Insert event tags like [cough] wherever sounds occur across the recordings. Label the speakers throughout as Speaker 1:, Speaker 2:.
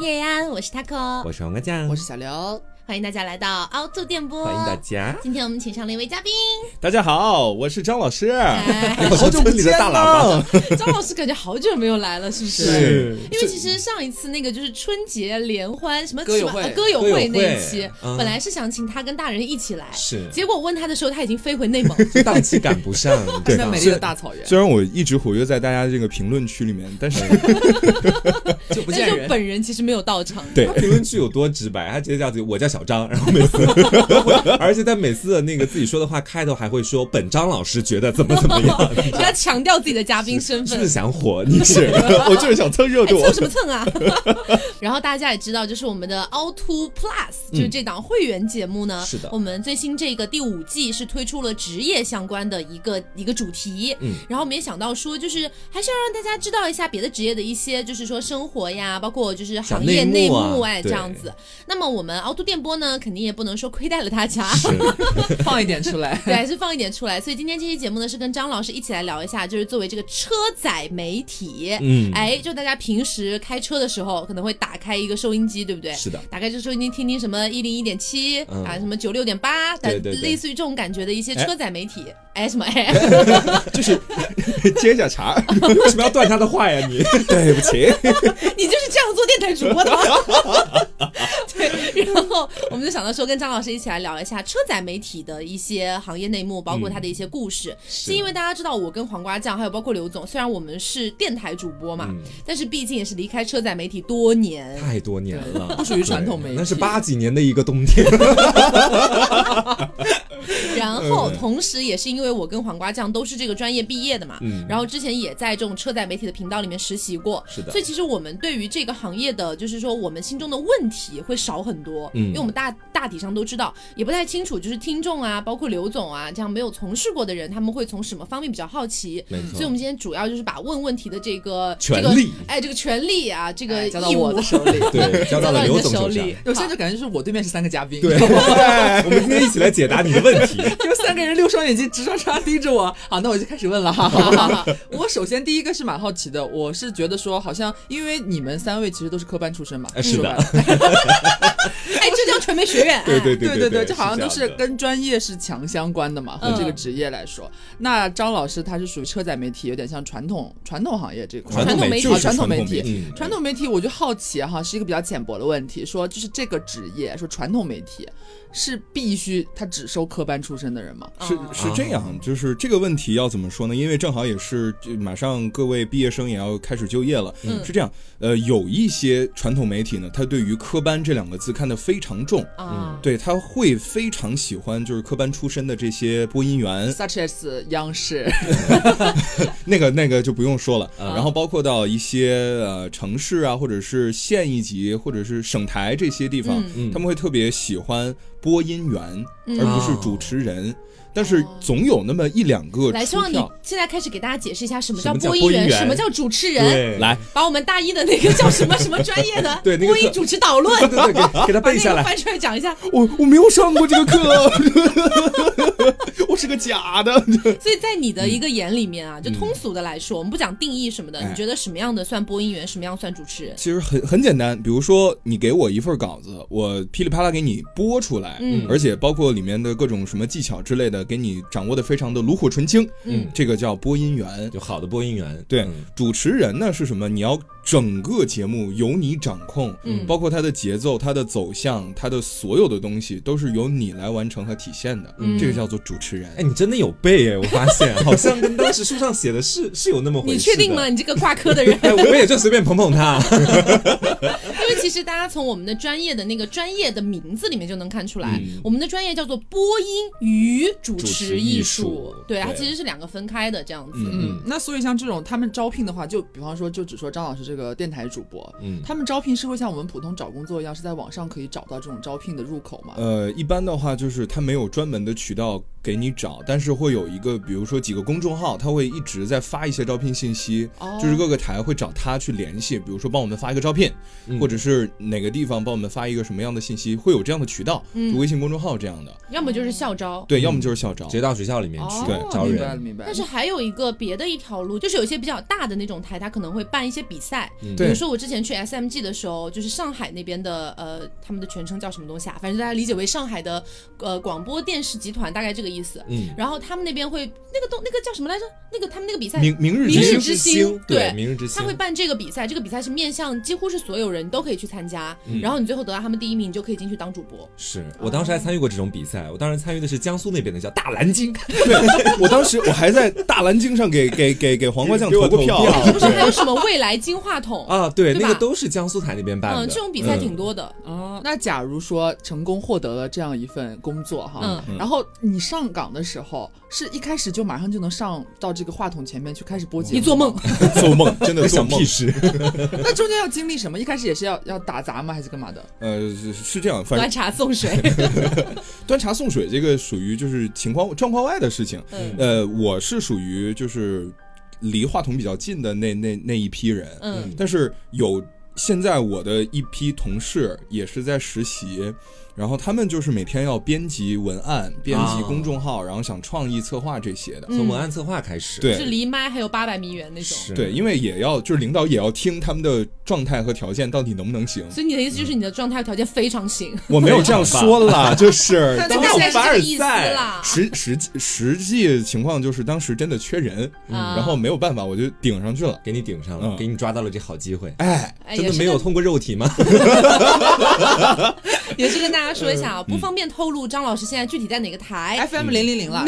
Speaker 1: 叶安，我是 Taco，
Speaker 2: 我是王哥酱
Speaker 3: 我，是小刘，
Speaker 1: 欢迎大家来到凹凸电波。
Speaker 2: 欢迎大。家。
Speaker 1: 今天我们请上了一位嘉宾，
Speaker 4: 大家好，哦我是张老师。
Speaker 1: 哎
Speaker 2: 好久不见大喇
Speaker 1: [laughs]
Speaker 2: 叭，
Speaker 3: 张老师感觉好久没有来了，是不是？
Speaker 4: 是
Speaker 1: 因为其实上一次那个就是春节联欢什么
Speaker 3: 歌友
Speaker 1: 什么
Speaker 3: 会
Speaker 1: 呃歌友
Speaker 4: 歌友
Speaker 1: 会
Speaker 4: 会
Speaker 1: 那一期，
Speaker 2: 嗯
Speaker 1: 本来是想请他跟大人一起来，
Speaker 4: 是
Speaker 1: 结果问他的时候他已经飞回内蒙。
Speaker 2: 这档期赶不上，你知
Speaker 3: 现
Speaker 2: 道
Speaker 3: 在
Speaker 2: 吗
Speaker 3: 美丽的大草原，
Speaker 4: 虽然我一直活跃在大家这个评论区里面，
Speaker 1: [laughs]
Speaker 4: 但是
Speaker 3: 就不
Speaker 1: 但就。本人其实没有到场，
Speaker 4: 对
Speaker 2: 他评论区有多直白，他直接叫自己我叫小张，然后每次， [laughs] 而且在每次的那个自己说的话开头还会说本张老师觉得怎么怎么
Speaker 1: [laughs]
Speaker 2: 样，
Speaker 1: 就要强调自己的嘉宾身
Speaker 2: 是
Speaker 1: 份
Speaker 2: 不是。想火？你是
Speaker 4: [laughs] 是我就是想蹭
Speaker 1: [laughs]
Speaker 4: 热
Speaker 1: 哎，
Speaker 4: 度。
Speaker 1: 蹭什么蹭啊！ [laughs] 然后大家也知道，就是我们的凹凸 Plus，就是这档会员节目呢，
Speaker 2: 嗯是的
Speaker 1: 我们最新这个第五季是推出了职业相关的一个一个主题，
Speaker 2: 嗯，
Speaker 1: 然后我们也想到说，就是还是要让大家知道一下别的职业的一些，就是说生活呀，包括就是行业
Speaker 2: 小内
Speaker 1: 内
Speaker 2: 幕啊
Speaker 1: 幕哎这
Speaker 2: 对
Speaker 1: 样子。那么我们凹凸电波呢，肯定也不能说亏待了大家，。
Speaker 3: 放一点出来
Speaker 1: [laughs] 对，还是放一点出来。所以今天这期节目呢，是跟张老师一起来聊一下，就是作为这个车载媒体，
Speaker 2: 嗯
Speaker 1: 哎，就大家平时开车的时候，可能会打开一个收音机，对不对？
Speaker 2: 是的，
Speaker 1: 打开这收音机，听听什么一零一点七
Speaker 2: 嗯
Speaker 1: 啊，什么九六点八，
Speaker 2: 对对对
Speaker 1: 类似于这种感觉的一些
Speaker 4: 哎
Speaker 1: 车载媒体，哎，什么 [laughs] 哎，
Speaker 4: 就是接一下茬，
Speaker 2: 你 [laughs] 为什么要断他的话呀？你
Speaker 4: 对不起，
Speaker 1: 你就是这样做电台主播的吗？ [laughs] 对，然后我们就想到说，跟张老师一起来聊一下车载媒体的一些行业内幕，包括它的一些故
Speaker 2: 嗯
Speaker 1: 事。是因为大家知道，我跟黄瓜酱还有包括刘总，虽然我们是电台主播嘛，
Speaker 2: 嗯
Speaker 1: 但是毕竟也是离开车载媒体多年。
Speaker 2: 太多年了，
Speaker 3: 不属于传统媒体
Speaker 2: 那是八几年的一个冬天，
Speaker 1: 然
Speaker 2: 嗯
Speaker 1: 后，同时也是因为我跟黄瓜酱都是这个专业毕业的嘛，然后之前也在这种车载媒体的频道里面实习过，
Speaker 2: 嗯是的
Speaker 1: 所以其实我们对于这个行业的，就是说我们心中的问题会少很多，嗯因为我们大大体上都知道，也不太清楚，就是听众啊，包括刘总啊这样没有从事过的人，他们会从什么方面比较好奇，
Speaker 2: 没错
Speaker 1: 所以我们今天主要就是把问问题的这个
Speaker 2: 权
Speaker 1: 这
Speaker 2: 利
Speaker 1: 个，哎，这个权利啊，这个
Speaker 3: 哎交到
Speaker 1: 义务
Speaker 3: 我的手里。
Speaker 2: 对，交到了
Speaker 1: 你
Speaker 2: 刘
Speaker 1: 的
Speaker 2: 总
Speaker 1: 手
Speaker 2: 上。
Speaker 1: 里。
Speaker 3: 我现在就感觉是我对面是三个嘉宾， [laughs]
Speaker 2: 对， [laughs] 哎我们今天一起来解答你的问题。
Speaker 3: 就三个人六双眼睛直刷刷盯着我。好，那我就开始问了。哈哈哈哈我首先第一个是蛮好奇的，我是觉得说好像因为你们三位其实都是科班出身嘛，
Speaker 2: 哎是的
Speaker 3: 吧，
Speaker 1: 哎，浙江传媒学院，
Speaker 2: 对
Speaker 1: 哎
Speaker 2: 对
Speaker 3: 对
Speaker 2: 对
Speaker 3: 对，
Speaker 2: 对，
Speaker 3: 就好像都
Speaker 2: 这
Speaker 3: 是
Speaker 2: 样的
Speaker 3: 跟专业是强相关的嘛，和
Speaker 1: 嗯
Speaker 3: 这个职业来说。那张老师他是属于车载媒体，有点像传统传统行业这块。
Speaker 2: 传
Speaker 1: 统媒
Speaker 2: 媒
Speaker 1: 体
Speaker 2: 就是
Speaker 3: 传统媒
Speaker 2: 体，
Speaker 3: 体
Speaker 2: 嗯
Speaker 3: 传统媒体，我就好奇哈，是一个比较浅薄的问题，说就是这个职业，说传统媒体是必须他只收科班出身的人吗？
Speaker 4: 是
Speaker 1: 啊
Speaker 4: 是这样，就是这个问题要怎么说呢？因为正好也是就马上各位毕业生也要开始就业了，
Speaker 1: 嗯
Speaker 4: 是这样。呃，有一些传统媒体呢，他对于科班这两个字看得非常重，
Speaker 2: 嗯
Speaker 1: 啊，
Speaker 4: 对他会非常喜欢就是科班出身的这些播音员，
Speaker 3: such as 央视，
Speaker 4: 那个那个就不用说了。
Speaker 1: 啊
Speaker 2: 嗯
Speaker 4: 然后包括到一些呃城市啊，或者是县一级，或者是省台这些地方，
Speaker 1: 嗯
Speaker 2: 嗯
Speaker 4: 他们会特别喜欢播音员，
Speaker 1: 嗯哦
Speaker 4: 而不是主持人。但是总有那么一两个
Speaker 1: 来，希
Speaker 4: 出
Speaker 1: 望你
Speaker 4: 票。
Speaker 1: 现在开始给大家解释一下什么
Speaker 2: 什
Speaker 1: 叫
Speaker 2: 么叫
Speaker 1: 播音
Speaker 2: 播音
Speaker 1: 人，
Speaker 2: 员
Speaker 1: 什么叫主持人，
Speaker 2: 对
Speaker 4: 来，
Speaker 1: [laughs] 把我们大一的那个叫什么什么专业的
Speaker 2: [laughs] 对那个
Speaker 1: 播音
Speaker 2: 课
Speaker 1: 主持导
Speaker 2: [laughs]
Speaker 1: 论，
Speaker 2: 对对对，给给他
Speaker 1: 把
Speaker 2: 背
Speaker 1: 那
Speaker 2: 下
Speaker 1: 个
Speaker 2: 来。
Speaker 1: 翻出来讲一下。
Speaker 4: 我我没有上过这个课， [laughs] 我是个假的。
Speaker 1: 所以在你的一个眼里面
Speaker 2: 嗯
Speaker 1: 啊，就通俗的来说，我们不讲定义什么的，
Speaker 4: 哎
Speaker 1: 你觉得什么样的算播音员，什么样算主持人？
Speaker 4: 其实很很简单，比如说你给我一份稿子，我噼里啪啦给你播出来，
Speaker 1: 嗯
Speaker 4: 而且包括里面的各种什么技巧之类的，给你掌握的非常的炉火纯青，
Speaker 1: 嗯，
Speaker 4: 这个叫播音员。
Speaker 2: 有好的播音员，
Speaker 4: 对，
Speaker 2: 嗯
Speaker 4: 主持人呢是什么？你要整个节目由你掌控，
Speaker 1: 嗯
Speaker 4: 包括它的节奏、它的走向、它的所有的东西都是由你来完成和体现的，
Speaker 1: 嗯
Speaker 4: 这个叫做主持人。
Speaker 2: 哎，你真的有背哎，我发 [laughs] 现好像跟当时书上写的是是有那么回事。
Speaker 1: 你确定吗？？你这个挂科的人， [laughs]
Speaker 2: 哎，我也就随便捧捧他。
Speaker 1: 因为其实大家从我们的专业的那个专业的名字里面就能看出来，
Speaker 2: 嗯
Speaker 1: 我们的专业叫做播音与主
Speaker 2: 主
Speaker 1: 持
Speaker 2: 持
Speaker 1: 艺
Speaker 2: 艺
Speaker 1: 术
Speaker 2: 术，
Speaker 1: 对，它
Speaker 2: 对
Speaker 1: 其实是两个分开的这样子。
Speaker 2: 嗯
Speaker 3: 嗯，那所以像这种他们招聘的话，就比方说，就只说张老师这个电台主播，
Speaker 2: 嗯，
Speaker 3: 他们招聘是会像我们普通找工作一样，是在网上可以找到这种招聘的入口吗？
Speaker 4: 呃，一般的话就是它没有专门的渠道给你找，但是会有一个，比如说几个公众号，它会一直在发一些招聘信息，
Speaker 3: 哦
Speaker 4: 就是各个台会找他去联系，比如说帮我们发一个招聘，
Speaker 2: 嗯
Speaker 4: 或者是哪个地方帮我们发一个什么样的信息，会有这样的渠道，
Speaker 1: 嗯
Speaker 4: 就微信公众号这样的，
Speaker 1: 要么就是校招，
Speaker 4: 对，要么就是校
Speaker 2: [laughs]
Speaker 4: 招
Speaker 2: 直。接到学校里面去
Speaker 3: 哦，
Speaker 4: 对
Speaker 2: 招
Speaker 3: 明白了
Speaker 2: 人。
Speaker 3: 明白了。
Speaker 1: 但是还有一个别的一条路，就是有一些比较大的那种台，它可能会办一些比赛赛。
Speaker 2: 嗯
Speaker 1: 比
Speaker 4: 对
Speaker 1: 如说我之前去 SMG 的时候，就是上海那边的呃，他们的全称叫什么东西啊？反正大家理解为上海的呃广播电视集团，大概这个意思。
Speaker 2: 嗯，
Speaker 1: 然后他们那边会那个东那个叫什么来着？那个他们那个比赛，
Speaker 4: 明明日
Speaker 1: 明日
Speaker 4: 星
Speaker 1: 之星对
Speaker 2: 对，明日之星
Speaker 1: 他会，办这个比赛，这个比赛是面向几乎是所有人都可以去参加，
Speaker 2: 嗯
Speaker 1: 然后你最后得到他们第一名，你就可以进去当主播。
Speaker 2: 是我当时还参与过这种比赛，我当时参与的是江苏那边的叫大蓝鲸，
Speaker 4: 对， [laughs] 我当时我还在大蓝鲸上给给给给黄瓜酱
Speaker 2: 给
Speaker 4: 投
Speaker 2: 我
Speaker 4: 过
Speaker 2: 投
Speaker 4: 票，
Speaker 2: 票
Speaker 1: 是不是还有什么未来金话筒？
Speaker 2: [laughs] 啊，对，
Speaker 1: 对吧
Speaker 2: 那个都是江苏台那边办的。嗯
Speaker 1: 嗯，这种比赛挺多的。
Speaker 3: 哦，那假如说成功获得了这样一份工作哈，
Speaker 4: 嗯
Speaker 3: 然后你上岗的时候，是一开始就马上就能上到这个话筒前面去开始播节目？
Speaker 1: 你做梦！
Speaker 4: 做梦，真的做
Speaker 2: 想
Speaker 4: 梦
Speaker 2: 屁。事，
Speaker 3: [laughs] 那中间要经历什么？一开始也是要要打杂吗？还是干嘛的？
Speaker 4: 呃，是是这样，反
Speaker 1: 端
Speaker 4: 正
Speaker 1: 茶送水，
Speaker 4: 端茶送水这个属于就是情况状况外的事情。
Speaker 1: 嗯
Speaker 4: 呃，我是属于就是离话筒比较近的那那那一批人，
Speaker 1: 嗯
Speaker 4: 但是有现在我的一批同事也是在实习，然后他们就是每天要编辑文案、编辑
Speaker 2: 啊
Speaker 4: 公众号，然后想创意策划这些的。
Speaker 2: 从文案策划开始。
Speaker 4: 对
Speaker 1: 是离麦还有八百米远嗯那种。
Speaker 2: 是
Speaker 4: 对，因为也要就是领导也要听他们的状态和条件到底能不能行。
Speaker 1: 所以你的意思就是你的状态条件非常行，
Speaker 4: 我没有这样说啦，就是
Speaker 3: 但
Speaker 4: 当
Speaker 3: 但
Speaker 1: 大
Speaker 4: 时
Speaker 1: 概是
Speaker 2: 凡
Speaker 1: 这
Speaker 2: 尔
Speaker 1: 个意思
Speaker 2: 赛
Speaker 1: 啦。
Speaker 4: 实实际实际情况就是当时真的缺人，
Speaker 1: 啊
Speaker 4: 然后没有办法我就顶上去了。
Speaker 2: 给你顶上了，
Speaker 4: 嗯
Speaker 2: 给你抓到了这好机会。
Speaker 4: 哎，
Speaker 1: 哎
Speaker 2: 真
Speaker 1: 也
Speaker 2: 的
Speaker 1: 是
Speaker 2: 没有
Speaker 1: 跟
Speaker 2: 通过肉体吗？
Speaker 1: 也是跟大家说一下啊，不方便透露张老师现在具体在哪个台，
Speaker 3: FM 零零零 [laughs] 了，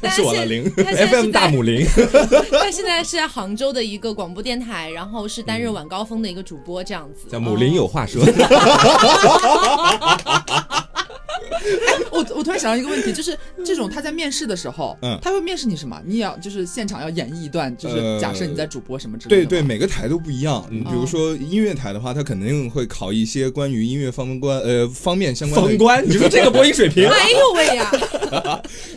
Speaker 1: 但
Speaker 2: [laughs]
Speaker 4: 是我的
Speaker 1: 现
Speaker 4: 零
Speaker 1: 他现在是
Speaker 4: FM 大
Speaker 1: 在
Speaker 4: 母零，
Speaker 1: [laughs] 但现在是在杭州的一个广播电台，然后是担任晚高峰的一个主播这样子。
Speaker 2: 叫母林有话说，
Speaker 3: 我我突然想到一个问题，就是这种他在面试的时候，
Speaker 4: 嗯
Speaker 3: 他会面试你什么？你也要就是现场要演绎一段，就是
Speaker 4: 呃
Speaker 3: 假设你在主播什么之类
Speaker 4: 对
Speaker 3: 的。
Speaker 4: 对，，每个台都不一样。你比如说音乐台的话，它肯定会考一些关于音乐方关呃方面相关的，
Speaker 2: 关，你说这个播音水平
Speaker 1: 哎呦喂呀，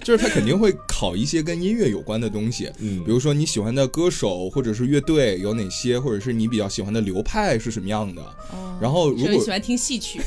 Speaker 4: 就是它肯定会考一些跟音乐有关的东西。
Speaker 2: 嗯
Speaker 4: 比，如说你喜欢的歌手或者是乐队有哪些，或者是你比较喜欢的流派是什么样的。然后如
Speaker 1: 说你
Speaker 4: 果
Speaker 1: 喜欢听戏曲，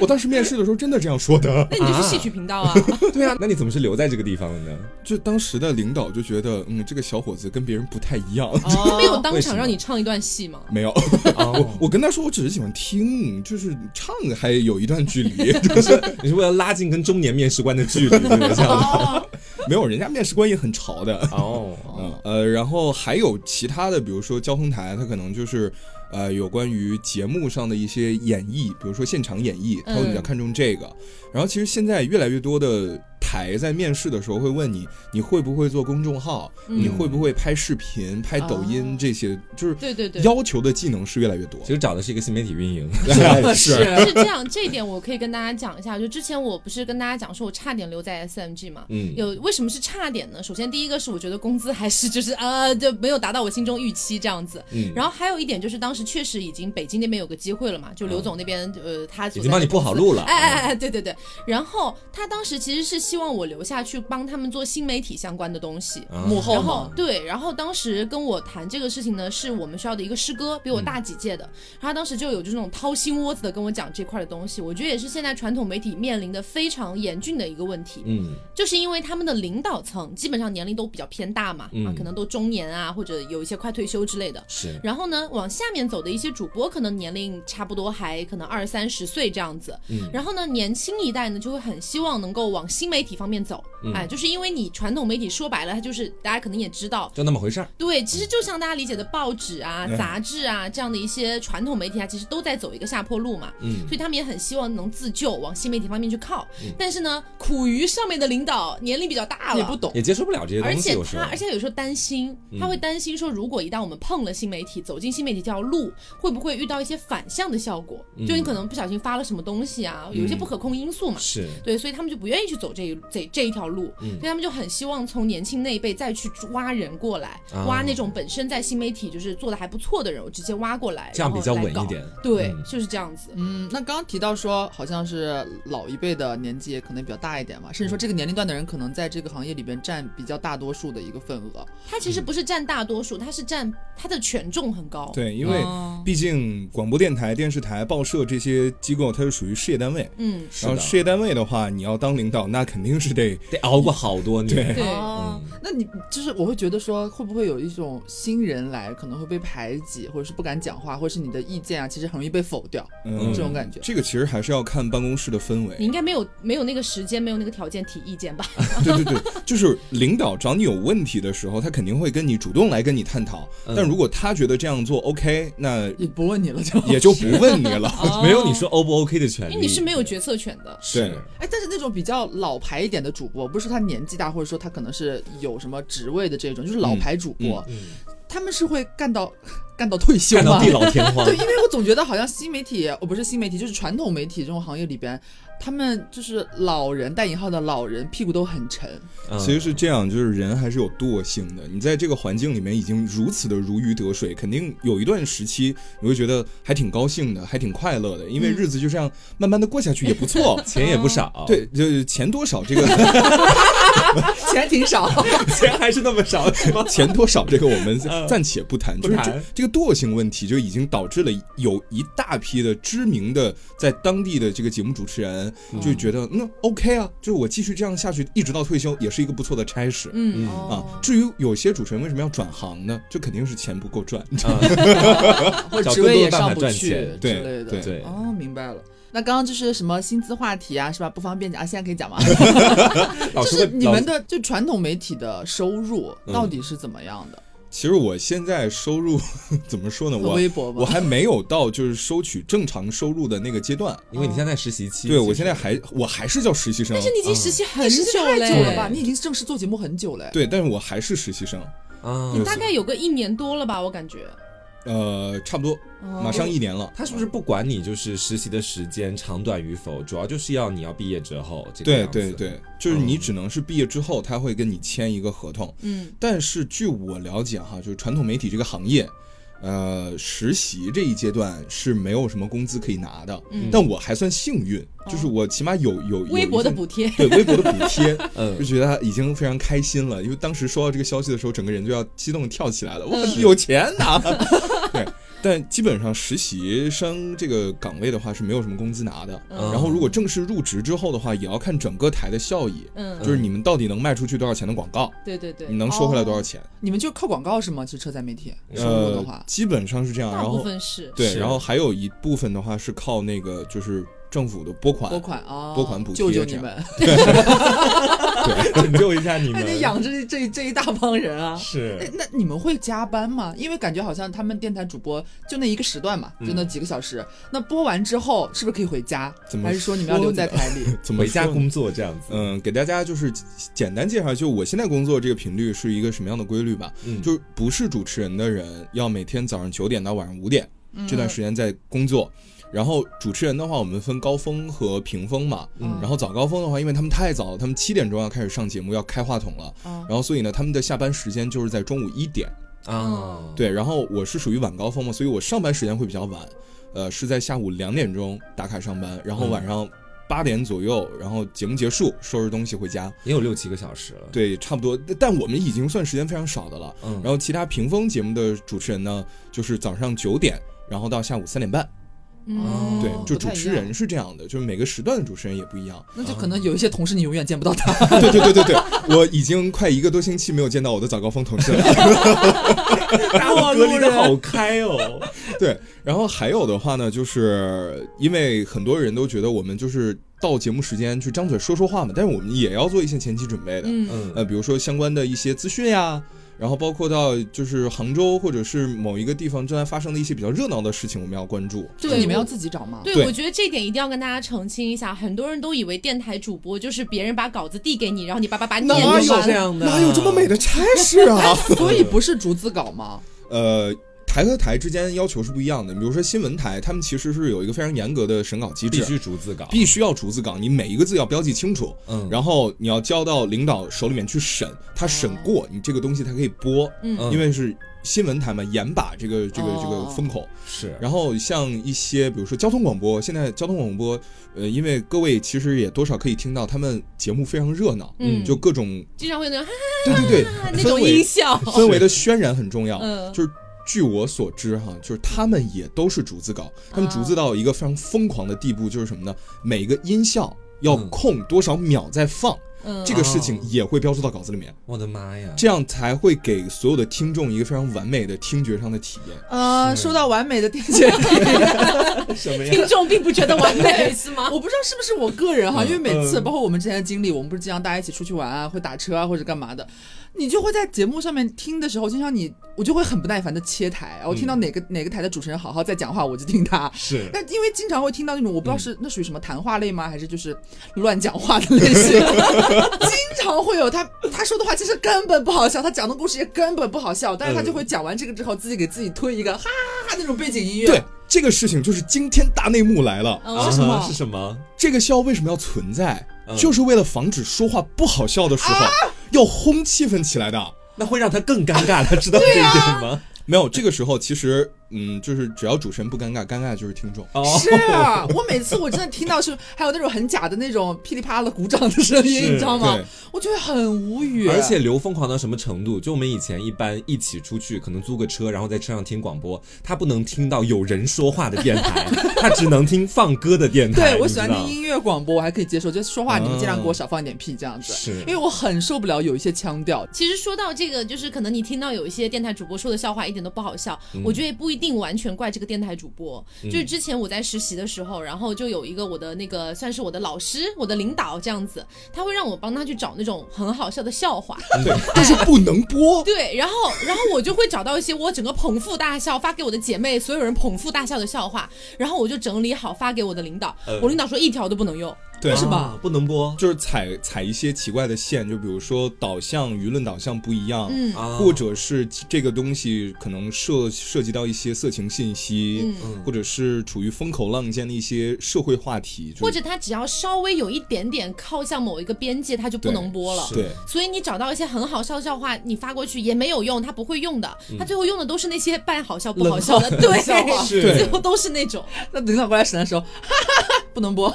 Speaker 4: 我当时面试的时候真的这样说的， [laughs]
Speaker 1: 那你就是戏曲频道啊。
Speaker 2: [laughs] 对啊，那你怎么是留在这个地方了
Speaker 4: [laughs]
Speaker 2: 呢？
Speaker 4: 就当时的领导就觉得，嗯，这个小伙子跟别人不太一样。
Speaker 1: 他没有当
Speaker 2: 为什么
Speaker 1: 场让你唱一段戏吗？
Speaker 4: [laughs] 没有，
Speaker 2: 哦，
Speaker 4: 我跟他说，我只是喜欢听，就是唱还有一段距离。 [laughs]
Speaker 2: 你是为了拉近跟中年面试官的距离， [laughs] 对不对这样
Speaker 4: 没有，人家面试官也很潮的。
Speaker 2: 哦，
Speaker 4: 嗯，呃，然后还有其他的，比如说交通台，它可能就是呃有关于节目上的一些演绎，比如说现场演绎，它会比较
Speaker 1: 嗯
Speaker 4: 看重这个。然后其实现在越来越多的台在面试的时候会问你，你会不会做公众号，你会不会拍视频、拍抖音、这些，就
Speaker 1: 嗯
Speaker 4: 是
Speaker 1: 哦对对对，
Speaker 4: 要求的技能是越来越多
Speaker 2: 其。实找的是一个新媒体运营， [laughs] 啊
Speaker 4: 是，
Speaker 1: [laughs] 是这样，这一点我可以跟大家讲一下。就之前我不是跟大家讲说，我差点留在 SMG 嘛。
Speaker 2: 嗯，
Speaker 1: 有为什么是差点呢？首先第一个是我觉得工资还是就是呃，就没有达到我心中预期这样子。
Speaker 2: 嗯
Speaker 1: 然后还有一点就是当时确实已经北京那边有个机会了嘛，就刘总那边、呃他所
Speaker 2: 已
Speaker 1: 在
Speaker 2: 经帮
Speaker 1: 的
Speaker 2: 你
Speaker 1: 公
Speaker 2: 铺好
Speaker 1: 司
Speaker 2: 路了嗯
Speaker 1: 哎哎哎哎，对对对。然后他当时其实是希望我留下去帮他们做新媒体相关的东西。
Speaker 2: 啊
Speaker 3: 幕后
Speaker 1: 然
Speaker 3: 嘛
Speaker 1: 后，对，然后当时跟我谈这个事情呢，是我们学校的一个师哥，
Speaker 2: 嗯
Speaker 1: 比我大几届的，然后他当时就有这种掏心窝子的跟我讲这块的东西，我觉得也是现在传统媒体面临的非常严峻的一个问题，
Speaker 2: 嗯，
Speaker 1: 就是因为他们的领导层基本上年龄都比较偏大嘛，啊
Speaker 2: 嗯，
Speaker 1: 可能都中年啊，或者有一些快退休之类的。
Speaker 2: 是，
Speaker 1: 然后呢，往下面走的一些主播，可能年龄差不多还可能二三十岁这样子。
Speaker 2: 嗯
Speaker 1: 然后呢，年轻一代呢就会很希望能够往新媒体方面走，
Speaker 2: 嗯
Speaker 1: 哎，就是因为你传统媒体说白了，它就是大家可能也知道。
Speaker 2: 就那么回事儿，
Speaker 1: 对，其实就像大家理解的报纸啊、
Speaker 2: 哎
Speaker 1: 杂志啊这样的一些传统媒体啊，其实都在走一个下坡路嘛。
Speaker 2: 嗯
Speaker 1: 所以他们也很希望能自救，往新媒体方面去靠。但是呢，苦于上面的领导年龄比较大了，
Speaker 3: 你不懂。
Speaker 2: 也接受不了这些
Speaker 1: 而
Speaker 2: 东西，
Speaker 1: 且
Speaker 2: 有时
Speaker 1: 他，
Speaker 2: 候嗯
Speaker 1: 而，且有时候担心，他会担心说，如果一旦我们碰了新媒体，走进新媒体这条路，会不会遇到一些反向的效果？
Speaker 2: 嗯
Speaker 1: 就你可能不小心发了什么东西啊，有一些不可控因素嘛。
Speaker 2: 是，
Speaker 1: 对，所以他们就不愿意去走这一这这一条路，
Speaker 2: 嗯
Speaker 1: 所以他们就很希望从年轻那一辈再去挖人过来，
Speaker 2: 啊
Speaker 1: 挖那种本身在新媒体就是做的还不错的人，我直接挖过来，
Speaker 2: 这样比较
Speaker 1: 然后来
Speaker 2: 稳
Speaker 1: 搞
Speaker 2: 一。点，
Speaker 1: 对，
Speaker 2: 嗯
Speaker 1: 就是这样子。
Speaker 3: 嗯，那刚刚提到说，好像是老一辈的年纪也可能比较大一点嘛，甚至说这个年龄段的人可能在这个行业里边占比较大多数的一个份额。
Speaker 1: 他其实不是占大多数，他是占他的权重很高。
Speaker 4: 对，因为
Speaker 3: 哦
Speaker 4: 毕竟广播电台、电视台、报社这些机构，它是属于事业单位。
Speaker 1: 嗯，
Speaker 4: 然后
Speaker 2: 的
Speaker 4: 事业单位的话，你要当领导，那肯定是得
Speaker 2: 得熬过好多年。 [laughs]
Speaker 1: 对
Speaker 3: 哦，那你就是我会觉得说，会不会有一种新人来可能会被排挤，或者是不敢讲话，或者是你的意见啊，其实很容易被否掉，
Speaker 4: 嗯
Speaker 3: 这种感觉。
Speaker 4: 这个其实还是要看办公室的氛围
Speaker 1: 你。应该没有没有那个时间，没有那个条件提意见吧？
Speaker 4: [laughs]
Speaker 2: 啊
Speaker 4: 对对对，就是领导找你有问题的时候，他肯定会跟你主动来跟你探讨。
Speaker 2: 嗯
Speaker 4: 但如果他觉得这样做 OK，那
Speaker 3: 也不问你了就。
Speaker 4: 也就不问你了。
Speaker 2: 没有你说 O 不 OK 的权利，
Speaker 1: 因为你是没有决策权的。
Speaker 4: [laughs] 对
Speaker 2: 是
Speaker 3: 哎，但是那种比较老牌一点的主播，不是说他年纪大，或者说他可能是有什么职位的这种，就是老牌主播，他们是会干到 [laughs] 干到退休
Speaker 2: 嗯干到
Speaker 3: 吗
Speaker 2: 地？老天荒
Speaker 3: 对，。因为我总觉得好像新媒体，哦，不是新媒体，就是传统媒体这种行业里边，他们就是老人带引号的老人，屁股都很沉。
Speaker 2: 嗯。
Speaker 4: 其实是这样，就是人还是有惰性的。你在这个环境里面已经如此的如鱼得水，肯定有一段时期你会觉得还挺高兴的，还挺快乐的，因为日子就这样慢慢的过下去也不错
Speaker 2: [laughs] 钱也不少，，
Speaker 4: 哦对，就是钱多少
Speaker 2: [laughs]
Speaker 4: 这个
Speaker 3: 钱挺少，
Speaker 2: 钱还是那么
Speaker 4: 哦
Speaker 2: 少，是吗？
Speaker 4: 钱多少这个我们
Speaker 2: 嗯
Speaker 4: 暂且不谈，就是
Speaker 2: 不谈
Speaker 4: 这这个惰性问题就已经导致了有一大批的知名的在当地的这个节目主持人就觉得嗯 OK 啊，就是我继续这样下去一直到退休也是一个不错的差事。
Speaker 1: 嗯
Speaker 2: 嗯
Speaker 1: 哦
Speaker 4: 啊，至于有些主持人为什么要转行呢？这肯定是钱不够赚。 [laughs]
Speaker 3: 或者
Speaker 2: 找更
Speaker 3: 职
Speaker 2: 多
Speaker 3: 位
Speaker 2: 的
Speaker 3: 也
Speaker 2: 办
Speaker 3: 上
Speaker 2: 法
Speaker 3: 不
Speaker 2: 赚钱
Speaker 3: 去之
Speaker 4: 对
Speaker 3: 类的。
Speaker 4: 对
Speaker 2: 对
Speaker 3: 哦，明白了。那刚刚就是什么薪资话题啊，是吧？不方便讲啊，现在可以讲吗？ [laughs]
Speaker 2: 老
Speaker 3: 就
Speaker 2: 师
Speaker 3: 是
Speaker 2: 会
Speaker 3: 你们的就传统媒体的收入
Speaker 2: 嗯
Speaker 3: 到底是怎么样的？
Speaker 4: 其实我现在收入 [laughs] 怎么说呢？
Speaker 3: 很
Speaker 4: 我
Speaker 3: 微薄
Speaker 4: 我
Speaker 3: 吗？
Speaker 4: 还没有到就是收取正常收入的那个阶段。
Speaker 2: 因为你现在实嗯习期，
Speaker 4: 对我现在还我还是叫实习生
Speaker 1: 但，是你已经实习很
Speaker 3: 你时间
Speaker 1: 久
Speaker 3: 太
Speaker 1: 嘞
Speaker 3: 久了吧？你已经正式做节目很久了。
Speaker 4: 对，但是我还是实习生，
Speaker 2: 啊
Speaker 1: 你，大概有个一年多了吧，我感觉。
Speaker 4: 呃，差不多
Speaker 1: 哦
Speaker 4: 马上一年了。
Speaker 2: 他是不是不管你就是实习的时间长短与否，主要就是要你要毕业之后这个
Speaker 4: 对
Speaker 2: 样子
Speaker 4: 对，对，就是你
Speaker 2: 嗯
Speaker 4: 只能是毕业之后，他会跟你签一个合同。
Speaker 1: 嗯
Speaker 4: 但是据我了解哈，就是传统媒体这个行业，呃，实习这一阶段是没有什么工资可以拿的。
Speaker 1: 嗯，哦
Speaker 4: 但我还算幸运，就是我起码有有有
Speaker 1: 微博的
Speaker 4: 一份
Speaker 1: 补贴。
Speaker 4: 对微博的补
Speaker 1: [laughs]
Speaker 4: 贴，就
Speaker 2: 嗯，
Speaker 4: 觉得已经非常开心了。因为当时收到这个消息的时候，整个人就要激动地跳起来了，我
Speaker 1: 嗯
Speaker 4: 有钱
Speaker 1: [laughs]
Speaker 4: 拿。对，但基本上实习生这个岗位的话是没有什么工资拿的。
Speaker 2: 嗯
Speaker 4: 然后如果正式入职之后的话，也要看整个台的效益，
Speaker 1: 嗯，
Speaker 4: 就是你们到底能卖出去多少钱的广告，
Speaker 1: 对对对
Speaker 4: 你，能收回来
Speaker 2: 哦
Speaker 4: 多少钱。
Speaker 3: 你们就靠广告是吗？其实车载媒体收入的
Speaker 4: 呃
Speaker 3: 话，，
Speaker 4: 基本上是这样。
Speaker 1: 大
Speaker 4: 然
Speaker 1: 部
Speaker 4: 后
Speaker 1: 分是。
Speaker 4: 对，
Speaker 2: 是
Speaker 4: 然后还有一部分的话是靠那个就是政府的拨款
Speaker 3: 拨。款啊，
Speaker 4: 拨款补贴
Speaker 3: 救救
Speaker 4: 这
Speaker 3: 你
Speaker 4: 样
Speaker 3: 们！
Speaker 2: [laughs] 拯救一下你
Speaker 3: [laughs] 还
Speaker 2: 们，
Speaker 3: 得养这这这一大帮人啊。那
Speaker 2: 是
Speaker 3: 那你们会加班吗？因为感觉好像他们电台主播就那一个时段嘛，就那几个小时。那播完之后是不是可以回家？
Speaker 4: 怎么
Speaker 3: 还是说你们要留在
Speaker 4: 说
Speaker 3: 台里？
Speaker 4: 怎么
Speaker 2: 回家
Speaker 4: 说呢
Speaker 2: 工作这样子，
Speaker 4: 嗯，给大家就是简单介绍，就我现在工作这个频率是一个什么样的规律吧？
Speaker 2: 嗯
Speaker 4: 就是不是主持人的人要每天早上九点到晚上五点
Speaker 1: 嗯
Speaker 4: 这段时间在工作，然后主持人的话，我们分高峰和平峰嘛。
Speaker 2: 嗯
Speaker 4: 然后早高峰的话，因为他们太早了，他们七点钟要开始上节目，要开话筒了，
Speaker 1: 嗯
Speaker 3: 啊
Speaker 4: 然后所以呢，他们的下班时间就是在中午一点。
Speaker 3: 嗯
Speaker 2: 啊，
Speaker 4: 对，然后我是属于晚高峰嘛，所以我上班时间会比较晚，呃，是在下午两点钟打卡上班，然后晚上八点左右，然后节目结束，收拾东西回家。
Speaker 2: 也有六七个小时了，
Speaker 4: 对，差不多。但但我们已经算时间非常少的了。
Speaker 2: 嗯
Speaker 4: 然后其他屏风节目的主持人呢，就是早上九点，然后到下午三点半。
Speaker 1: 嗯，
Speaker 4: 对
Speaker 3: 哦，
Speaker 4: 就
Speaker 3: 不
Speaker 4: 主
Speaker 3: 太一
Speaker 4: 持
Speaker 3: 样
Speaker 4: 人是这样的，就是每个时段的主持人也不一样。
Speaker 3: 那就可能有一些同事你永远见不到他。
Speaker 4: 对对对对对，我已经快一个多星期没有见到我的早高峰同事了。
Speaker 2: 大我隔离的好开哦，
Speaker 4: [laughs] 对，然后还有的话呢，就是因为很多人都觉得我们就是到节目时间去张嘴说说话嘛，但是我们也要做一些前期准备的，
Speaker 1: 嗯
Speaker 2: [laughs] 嗯
Speaker 4: 呃，比如说相关的一些资讯呀，然后包括到就是杭州或者是某一个地方正在发生的一些比较热闹的事情，我们要关注。
Speaker 3: 就
Speaker 1: 对
Speaker 3: 是你们
Speaker 1: 我
Speaker 3: 要自己找嘛。
Speaker 1: 对，
Speaker 4: 对
Speaker 1: 我觉得这点一定要跟大家澄清一下，很多人都以为电台主播就是别人把稿子递给你，然后你叭叭叭念
Speaker 2: 哪
Speaker 1: 就
Speaker 2: 啊有
Speaker 1: 完
Speaker 2: 这
Speaker 1: 了。
Speaker 2: 样的？
Speaker 4: 哪有这么美？的差事
Speaker 2: [laughs]
Speaker 4: 啊？
Speaker 3: 所以不是逐字稿吗？
Speaker 4: 呃。台和台之间要求是不一样的，比如说新闻台，他们其实是有一个非常严格的审稿机制，
Speaker 2: 必须逐字稿，
Speaker 4: 必须要逐字稿，你每一个字要标记清楚，
Speaker 2: 嗯
Speaker 4: 然后你要交到领导手里面去审，他审过你这个东西才可以播，
Speaker 2: 嗯
Speaker 4: 因为是新闻台嘛，严把这
Speaker 1: 哦
Speaker 4: 个这个这个风口。
Speaker 2: 是，
Speaker 4: 然后像一些比如说交通广播，现在交通广播，呃，因为各位其实也多少可以听到他们节目非常热闹，
Speaker 1: 嗯
Speaker 4: 就各种
Speaker 1: 经常会有那种哈
Speaker 4: 对对对
Speaker 1: 哈哈 [laughs] 那
Speaker 4: 氛
Speaker 1: 种
Speaker 4: 围
Speaker 1: 音效，
Speaker 4: 氛围的渲染很重要，
Speaker 1: 嗯
Speaker 4: 就是。据我所知，哈，就是他们也都是逐字
Speaker 1: 啊
Speaker 4: 稿，他们逐字到一个非常疯狂的地步，就是什么呢？每个音效要控多少秒再放，
Speaker 1: 嗯
Speaker 4: 这个事情也会标注到稿子里面，
Speaker 2: 我的妈呀！
Speaker 4: 这样才会给所有的听众一个非常完美的听觉上的体验。
Speaker 3: 呃，说到完美的听见，
Speaker 4: 什
Speaker 1: [laughs]
Speaker 4: 么
Speaker 1: 听？众并不觉得完美是吗？
Speaker 3: [laughs] 我不知道是不是我个人哈，
Speaker 2: 嗯
Speaker 3: 因为每次包括我们之前的经历，我们不是经常大家一起出去玩啊，会打车啊或者干嘛的，你就会在节目上面听的时候，经常你我就会很不耐烦的切台，我听到
Speaker 2: 嗯
Speaker 3: 哪个哪个台的主持人好好在讲话，我就听他。
Speaker 2: 是
Speaker 3: 但因为经常会听到那种我不知道是
Speaker 2: 嗯
Speaker 3: 那属于什么谈话类吗，还是就是乱讲话的类型， [laughs] 经常会有他他说的话其实根本不好笑，他讲的故事也根本不好笑，但是
Speaker 2: 嗯
Speaker 3: 他就会讲完这个之后自己给自己推一个哈哈哈那种背景音乐。
Speaker 4: 对，这个事情就是惊天大内幕来了。
Speaker 1: 嗯
Speaker 2: 啊
Speaker 3: [laughs] 是什么
Speaker 2: 是什么？
Speaker 4: 这个笑为什么要存在
Speaker 2: 嗯？
Speaker 4: 就是为了防止说话不好笑的时候要烘气氛起来的。
Speaker 2: 那会让他更尴尬，他知道这一
Speaker 3: 啊
Speaker 2: 点吗？
Speaker 4: 没有，这个时候其实，嗯，就是只要主持人不尴尬，尴尬的就是听众。
Speaker 2: 哦，
Speaker 3: 是啊，我每次我真的听到是还有那种很假的那种噼里啪啦的鼓掌的声音，
Speaker 2: 是
Speaker 3: 你知道吗
Speaker 4: 对？
Speaker 3: 我就会很无语。
Speaker 2: 而且刘疯狂到什么程度？就我们以前一般一起出去，可能租个车，然后在车上听广播，他不能听到有人说话的电台，他只能听放歌的电台。
Speaker 3: 对我
Speaker 2: 你知
Speaker 3: 喜欢
Speaker 2: 道
Speaker 3: 听音乐广播，我还可以接受，就是说话你们尽量给我
Speaker 4: 啊
Speaker 3: 少放一点屁这样子，
Speaker 2: 是
Speaker 3: 因为我很受不了有一些腔调。 [laughs]
Speaker 1: 其实说到这个，就是可能你听到有一些电台主播说的笑话一点都不好笑，
Speaker 4: 嗯
Speaker 1: 我觉得也不一定完全怪这个电台主播。就是之前我在实习的时候，然后就有一个我的那个算是我的老师、我的领导这样子，他会让我帮他去找那种很好笑的笑话，
Speaker 4: 对，但是不能播。
Speaker 1: [laughs] 对，然后然后我就会找到一些我整个捧腹大笑发给我的姐妹，所有人捧腹大笑的笑话，然后我就整理好发给我的领导，
Speaker 2: 呃
Speaker 1: 我领导说一条都不能用，
Speaker 4: 对，
Speaker 3: 是吧
Speaker 2: 啊不能播
Speaker 4: 就是踩踩一些奇怪的线，就比如说导向、舆论导向不一样，
Speaker 1: 嗯
Speaker 2: 啊
Speaker 4: 或者是这个东西可能涉涉及到一些色情信息，
Speaker 2: 嗯
Speaker 4: 或者是处于风口浪尖的一些社会话题，就是
Speaker 1: 或者他只要稍微有一点点靠向某一个边界，他就不
Speaker 4: 对
Speaker 1: 能播了。
Speaker 2: 是
Speaker 4: 对。
Speaker 1: 所以你找到一些很好笑的笑话，你发过去也没有用，他不会用的，他最后用的都是那些半好笑不好笑的，对，
Speaker 3: 笑
Speaker 1: [laughs]
Speaker 3: 话
Speaker 4: 是
Speaker 1: 最后都是那种。
Speaker 3: 那领导过来审的时候，哈哈哈， [laughs] 不能播，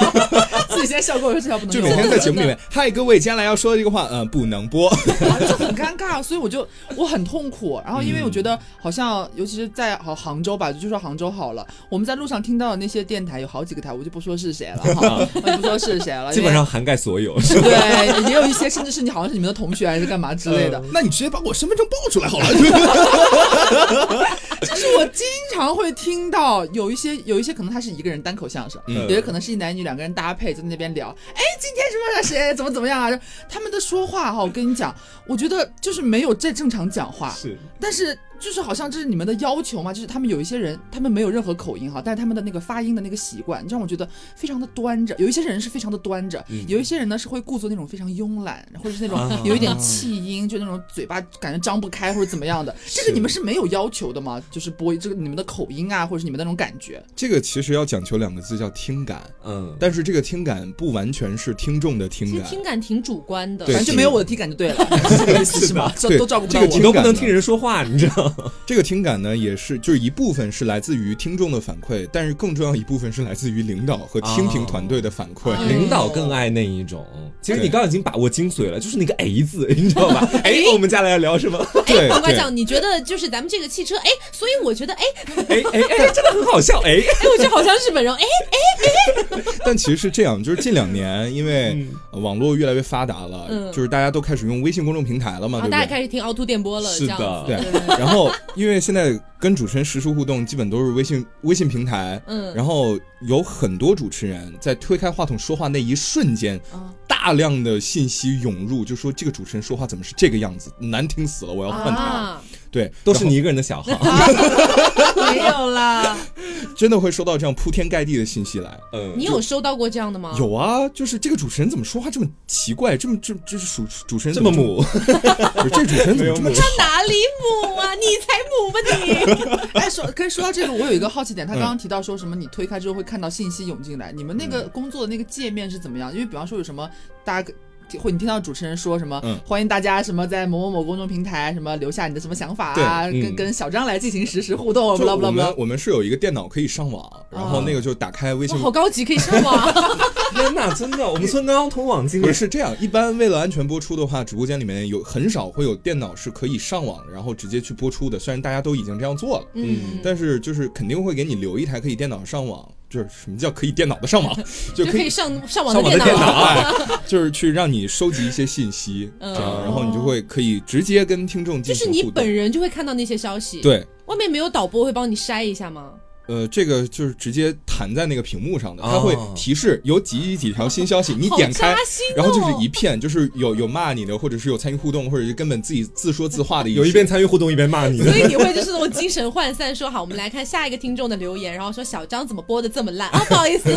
Speaker 3: [laughs] 自己先笑过，我说这条不能
Speaker 4: 就
Speaker 3: 播 [laughs]
Speaker 4: 每，天在节目里面，嗨，各位，接下来要说的这个话，嗯、不能
Speaker 3: [laughs]
Speaker 4: 播。
Speaker 3: 啊就很尴尬，所以我就我很痛苦。然后因为我觉
Speaker 2: 嗯
Speaker 3: 得好像，尤其是在好杭州吧，就说杭州好了，我们在路上听到的那些电台有好几个台，我就不说是谁了哈，我就不说是谁了，
Speaker 2: 啊 [laughs] 基
Speaker 3: 因为
Speaker 2: 本上涵盖所有。
Speaker 3: 对，也有一些甚至是你好像是你们的同学还是干嘛之类
Speaker 2: 嗯
Speaker 3: 的，
Speaker 4: 那你直接把我身份证报出来好了。
Speaker 1: [laughs]
Speaker 3: 就是我经常会听到有一些有一些可能他是一个人单口相声，
Speaker 4: 嗯
Speaker 3: 有些可能是一男一女两个人搭配在那边聊，哎，今天什么谁怎么怎么样啊？就他们的说话哈，我跟你讲，我觉得就是没有在正常讲话，
Speaker 2: 是
Speaker 3: 但是就是好像这是你们的要求嘛，就是他们有一些人他们没有任何口音哈，但是他们的那个发音的那个习惯，你让我觉得非常的端着。有一些人是非常的端着，有一些人呢是会故作那种非常慵懒，或者是那
Speaker 2: 啊
Speaker 3: 种有一点气音，就那种嘴巴感觉张不开或者怎么样的。这个你们是没有要求的吗？就是播这个你们的口音啊，或者是你们的那种感觉。
Speaker 4: 这个其实要讲求两个字叫听感，
Speaker 2: 嗯，
Speaker 4: 但是这个听感不完全是听众的
Speaker 1: 其
Speaker 4: 听
Speaker 1: 实
Speaker 4: 感，
Speaker 1: 听感挺主观的，
Speaker 4: 对
Speaker 3: 反正就没有我的体感就对了，是这个意思是吗？
Speaker 4: 对
Speaker 3: 都照顾不到
Speaker 4: 这个
Speaker 2: 你
Speaker 4: 听
Speaker 2: 都
Speaker 3: 我。
Speaker 2: 不
Speaker 4: 感
Speaker 2: 能
Speaker 4: 呢
Speaker 2: 听人说话，你知道？
Speaker 4: 这个听感呢，也是就是一部分是来自于听众的反馈，但是更重要一部分是来自于领导和听评团队的反馈。
Speaker 1: 哦嗯
Speaker 2: 领导更爱那一种。其实你
Speaker 4: 哎对
Speaker 2: 刚刚已经把握精髓了，就是那个 A 字，你知道吧？哎，我们接下来要聊什么？
Speaker 4: 对
Speaker 1: 黄瓜
Speaker 4: 对，
Speaker 1: 酱，你觉得就是咱们这个汽车，哎，所以我觉得，哎，
Speaker 2: 哎哎哎，真的很好笑，哎。
Speaker 1: 哎，我觉得好像日本人，哎，
Speaker 4: 但其实是这样，就是近两年因为
Speaker 2: 嗯
Speaker 4: 呃网络越来越发达了，
Speaker 1: 嗯
Speaker 4: 就是大家都开始用微信公众平台了嘛，
Speaker 1: 然后啊大
Speaker 4: 对
Speaker 1: 家
Speaker 4: 不对？
Speaker 1: 开始听凹凸电波了，
Speaker 2: 是
Speaker 1: 这
Speaker 2: 的
Speaker 1: 样子，
Speaker 4: 对，然后因为现在跟主持人实时互动，基本都是微信微信平台，
Speaker 1: 嗯
Speaker 4: 然后有很多主持人在推开话筒说话那一瞬间，
Speaker 1: 啊
Speaker 4: 大量的信息涌入，就说这个主持人说话怎么是这个样子，难听死了，我要换台。
Speaker 1: 啊，
Speaker 4: 对，
Speaker 2: 都是你一个人的小号，
Speaker 3: 没有啦，
Speaker 4: [laughs] 真的会收到这样铺天盖地的信息来。
Speaker 2: 嗯，
Speaker 1: 你有收到过这样的吗？，
Speaker 4: 有啊，就是这个主持人怎么说话这么奇怪，这么这这是主主持人
Speaker 2: 这
Speaker 4: 怎
Speaker 2: 么
Speaker 4: 这么
Speaker 2: 母，
Speaker 4: 不是这主持人怎么这
Speaker 2: 没有
Speaker 4: 么
Speaker 2: 母
Speaker 4: 吵？
Speaker 1: 哪里母
Speaker 4: [laughs]
Speaker 1: 啊？你才母吧你？
Speaker 3: [laughs] 哎，说可以说到这个，我有一个好奇点，他
Speaker 4: 嗯
Speaker 3: 刚刚提到说什么你推开之后会看到信息涌进来，你们那
Speaker 4: 嗯
Speaker 3: 个工作的那个界面是怎么样？因为比方说有什么大家。会，你听到主持人说什么？
Speaker 4: 嗯
Speaker 3: 欢迎大家什么在某某某公众平台什么留下你的什么想法啊，
Speaker 2: 对嗯
Speaker 3: 跟跟小张来进行实时互动，不啊
Speaker 4: 就
Speaker 3: 啦不啦
Speaker 4: 我
Speaker 3: 不啦
Speaker 4: 们。我们是有一个电脑可以上网，然后那个就打开微信
Speaker 1: 哇，。好高级，可以上网。
Speaker 2: 天哪，真的，我们村刚刚通往今
Speaker 4: 不是
Speaker 2: 天
Speaker 4: 是这样，一般为了安全播出的话，直播间里面有很少会有电脑是可以上网，然后直接去播出的。虽然大家都已经这样做了，
Speaker 1: 嗯，
Speaker 4: 但是就是肯定会给你留一台可以电脑上网，就是什么叫可以电脑的 [laughs] 上网， [laughs]
Speaker 1: 就
Speaker 4: 就可
Speaker 1: 可
Speaker 4: 以
Speaker 1: 以上上网
Speaker 4: 上网的
Speaker 1: 电
Speaker 4: 电脑
Speaker 1: 脑。 [laughs]
Speaker 4: 啊，就是去让你收集一些信息，这
Speaker 1: 嗯
Speaker 4: 样，然后你就会可以直接跟听众
Speaker 1: 就
Speaker 4: 进
Speaker 1: 是
Speaker 4: 行
Speaker 1: 你
Speaker 4: 互
Speaker 1: 本
Speaker 4: 动。
Speaker 1: 人就会看到那些消息，，
Speaker 4: 对，
Speaker 1: 外面没有导播会帮你筛一下吗？
Speaker 4: 呃，这个就是直接弹在那个屏幕上的，它会
Speaker 2: 哦
Speaker 4: 提示有几几几条新消息，你
Speaker 1: 好
Speaker 4: 点开
Speaker 1: 扎，心哦、
Speaker 4: 然后就是一片，就是有有骂你的，或者是有参与互动，或者是根本自己自说自话的
Speaker 2: 有一边参与互动一边骂你的
Speaker 1: [laughs]
Speaker 4: [laughs]
Speaker 1: 所。以你会就是那种精神涣散，说好，我们来看下一个听众的留言，然后说小张怎么播的这么烂啊？不好意
Speaker 4: [laughs]
Speaker 1: 思，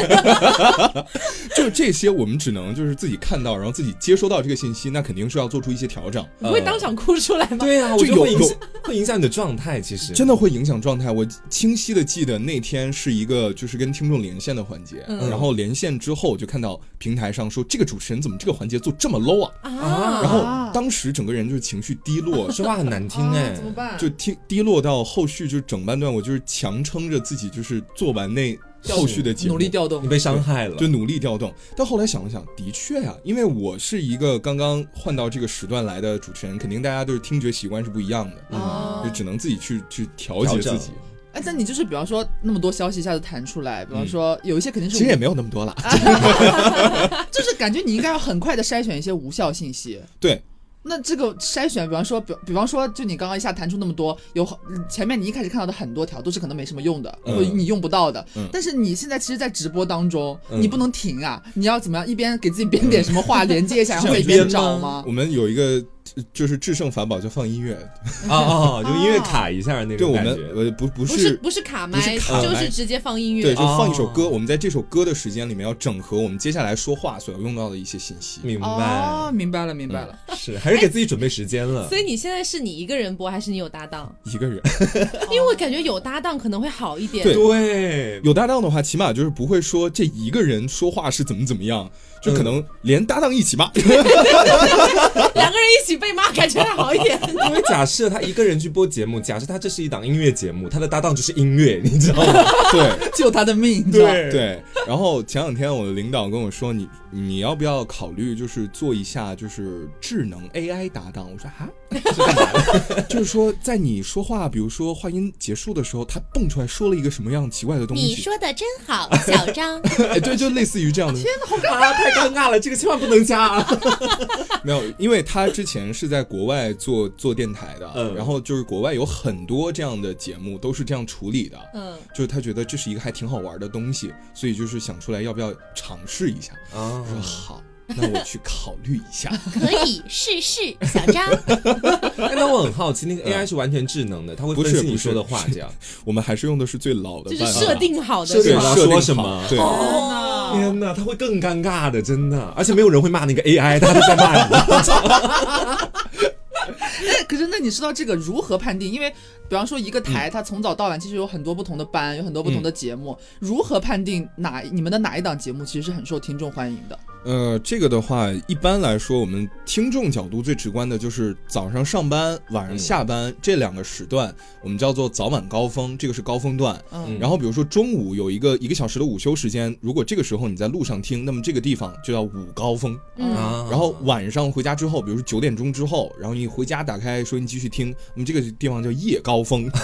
Speaker 4: 就这些，我们只能就是自己看到，然后自己接收到这个信息，那肯定是要做出一些调整，
Speaker 1: 你不会当场哭出来吗？
Speaker 2: 对啊，我
Speaker 4: 就
Speaker 2: 觉得会
Speaker 4: 有
Speaker 2: 影
Speaker 4: 有
Speaker 2: 响会影响你的状态，其实
Speaker 4: 真的会影响状态。我清晰的记得那天是一个就是跟听众连线的环节，
Speaker 1: 嗯
Speaker 4: 然后连线之后就看到平台上说这个主持人怎么这个环节做这么 low 啊，
Speaker 1: 啊，
Speaker 4: 然后当时整个人就是情绪低落，
Speaker 1: [laughs]
Speaker 2: 说话很难听
Speaker 3: 啊
Speaker 2: 哎
Speaker 3: 怎。么办？
Speaker 4: 就低低落到后续就整半段，我就是强撑着自己就是做完那后续的节目，
Speaker 3: 努力调动
Speaker 2: 你。被伤害了，
Speaker 4: 就努力调动。但后来想了想，的确呀、因为我是一个刚刚换到这个时段来的主持人，肯定大家对听觉习惯是不一样的，
Speaker 3: 啊
Speaker 4: 就只能自己去去调节
Speaker 2: 调
Speaker 4: 自
Speaker 2: 整
Speaker 4: 己。
Speaker 3: 哎，但你就是比方说那么多消息一下子弹出来，比方
Speaker 4: 嗯
Speaker 3: 说有一些肯定是啊
Speaker 4: 其实也没有那么多了，
Speaker 3: 就是感觉你应该要很快的筛选一些无效信息。
Speaker 4: [laughs] 对，
Speaker 3: 那这个筛选，比方说，比比方说，就你刚刚一下弹出那么多，有很前面你一开始看到的很多条都是可能没什么用的，
Speaker 4: 嗯
Speaker 3: 或者你用不到的。
Speaker 4: 嗯
Speaker 3: 但是你现在其实，在直播当中，
Speaker 2: 嗯
Speaker 3: 你不能停啊，你要怎么样？一边给自己编点什么
Speaker 4: 嗯
Speaker 3: 话连接一下，然后
Speaker 4: 想
Speaker 3: 一边
Speaker 2: 编
Speaker 3: 找
Speaker 2: 吗
Speaker 3: 吗
Speaker 4: 我？们有一个呃就是制胜法宝，叫放音乐。
Speaker 2: 啊啊，就音乐卡一下那
Speaker 4: 对，
Speaker 2: 种
Speaker 4: 我
Speaker 2: 感
Speaker 4: 们
Speaker 2: 觉。
Speaker 4: 呃不
Speaker 1: 不
Speaker 4: 不
Speaker 1: 是
Speaker 4: 是。
Speaker 1: 不是卡
Speaker 4: 不
Speaker 1: 麦，
Speaker 4: 是卡麦
Speaker 1: 就是直接放音
Speaker 4: 对，
Speaker 1: 乐
Speaker 4: 就。放一首
Speaker 2: 哦
Speaker 4: 歌，我们在这首歌的时间里面要整合我们接下来说话所要用到的一些信息。
Speaker 2: 明白，
Speaker 3: 哦，明白了，明白了。[laughs]
Speaker 4: 嗯
Speaker 2: 是还是给自己准备时间了
Speaker 1: 所。以你现在是你一个人播，还是你有搭
Speaker 4: [laughs]
Speaker 1: 档？
Speaker 4: 一个人，
Speaker 1: 因为我感觉有搭档可能会好一点。
Speaker 4: 对
Speaker 2: 对，
Speaker 4: 有搭档的话，起码就是不会说这一个人说话是怎么怎么样，就可能连搭档一起骂。
Speaker 1: 两个人一起被骂，感觉还好一点。
Speaker 2: 因为假设他一个人去播节目，假设他这是一档音乐节目，他的搭档就是音乐，你知道吗？
Speaker 4: 对
Speaker 3: 救他的命，你知道吗？
Speaker 4: [laughs] 对。然后前两天我的领导跟我说，你你要不要考虑就是做一下就是智能 AI 搭档？我说啊，是干嘛的就是说在你说话，比如说话音结束的时候，它蹦出来说了一个什么样奇怪的东西，
Speaker 1: 的真好，小张。
Speaker 4: 哎，对，就类似于这样的。
Speaker 2: 啊，太尴尬了，这个千万不能加啊！
Speaker 4: 没有，因为他之前是在国外做做电台的，
Speaker 2: 嗯
Speaker 4: 然后就是国外有很多这样的节目都是这样处理的，
Speaker 1: [laughs] 嗯，
Speaker 4: 就是他觉得这是一个还挺好玩的东西，所以就是想出来要不要尝试一下。
Speaker 2: 啊
Speaker 1: 嗯
Speaker 4: 我说好，那我去考虑一下。 [laughs]
Speaker 1: 可以试试，小张。
Speaker 2: 哎那我很好奇，那个 AI 是完全智能的，它会分
Speaker 4: 不
Speaker 2: 析
Speaker 4: 是
Speaker 2: 你
Speaker 4: 不是
Speaker 2: 说的话，这样
Speaker 4: 我们还是用的是最老的
Speaker 1: 就
Speaker 4: 办
Speaker 1: 是
Speaker 4: 法，
Speaker 1: 设定好的，
Speaker 2: 设
Speaker 1: 是
Speaker 2: 定
Speaker 4: 对
Speaker 1: 吗
Speaker 2: 好
Speaker 4: 设定
Speaker 2: 说
Speaker 4: 好
Speaker 2: 什么
Speaker 4: 对。
Speaker 1: 哦，
Speaker 2: 天哪，他会更尴尬的，真的，而且没有人会骂那个 AI，他都在骂你。
Speaker 3: 那哎可是，那你知道这个如何判定？因为比方说一个台，
Speaker 4: 嗯
Speaker 3: 它从早到晚其实有很多不同的班，有很多不同的节目，如何判定哪你们的哪一档节目其实是很受听众欢迎的？
Speaker 4: 呃，这个的话，一般来说，我们听众角度最直观的就是早上上班、晚上下班、这两个时段，我们叫做早晚高峰，这个是高峰段。
Speaker 2: [laughs]
Speaker 3: 嗯
Speaker 4: 然后比如说中午有一个一个小时的午休时间，如果这个时候你在路上听，那么这个地方就叫午高峰。
Speaker 1: 嗯，
Speaker 2: 啊
Speaker 4: 然后晚上回家之后，比如说九点钟之后，然后你回家打开收音机去听，那么这个地方叫夜高
Speaker 1: [laughs]
Speaker 4: 峰。 [laughs]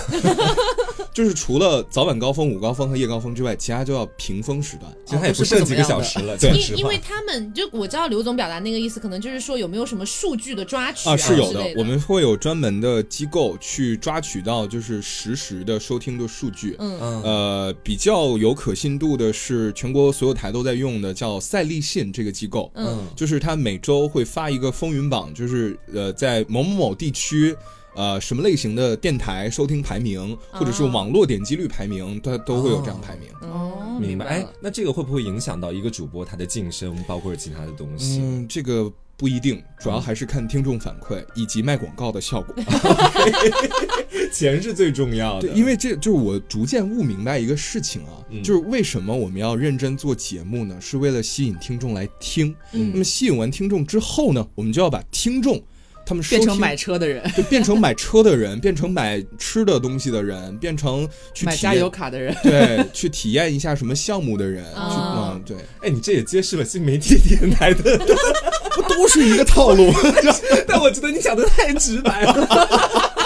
Speaker 4: 就是除了早晚高峰、午高峰和夜高峰之外，其他就叫平峰时段。
Speaker 2: 其实哦他也不剩几个小时了，
Speaker 4: 对
Speaker 2: 讲实
Speaker 1: 因因
Speaker 2: 话
Speaker 1: 为他们就我知道刘总表达那个意思，可能就是说有没有什么数据的抓取
Speaker 4: 啊，
Speaker 1: 之
Speaker 4: 是有
Speaker 1: 类
Speaker 4: 的
Speaker 1: 的，，
Speaker 4: 我们会有专门的机构去抓取到就是实时的收听的数据。
Speaker 1: 嗯
Speaker 2: 嗯
Speaker 4: 呃，比较有可信度的是全国所有台都在用的叫赛立信这个机构，
Speaker 1: 嗯
Speaker 4: 就是它每周会发一个风云榜，就是呃在某某某地区。呃，什么类型的电台收听排名，或者是
Speaker 1: 哦
Speaker 4: 网络点击率排名，它都会有这样排名。
Speaker 1: 哦，
Speaker 2: 明白。哎
Speaker 3: 了，
Speaker 2: 那这个会不会影响到一个主播他的晋升，包括其他的东西？
Speaker 4: 嗯，这个不一定，主要还是看听众反馈以及卖广告的效果。
Speaker 2: [laughs] 钱是最重要的，
Speaker 4: 对，因为这就是我逐渐悟明白一个事情啊，
Speaker 2: 嗯
Speaker 4: 就是为什么我们要认真做节目呢？是为了吸引听众来听。
Speaker 1: 嗯
Speaker 4: 那么吸引完听众之后呢，我们就要把听众他们收
Speaker 3: 变
Speaker 4: 听
Speaker 3: 成买车的人，
Speaker 4: 就变成买车的人，变成买吃的东西的人，变成去
Speaker 3: 买
Speaker 4: 体
Speaker 3: 加
Speaker 4: 验
Speaker 3: 油卡的人，
Speaker 4: 对，去体验一下什么项目的人，
Speaker 1: 啊
Speaker 4: 去嗯，对，
Speaker 2: 哎，你这也揭示了新媒体电台的， [laughs]
Speaker 4: 不都是一个套 [laughs] 路？
Speaker 2: 但我觉得你讲的太直白了，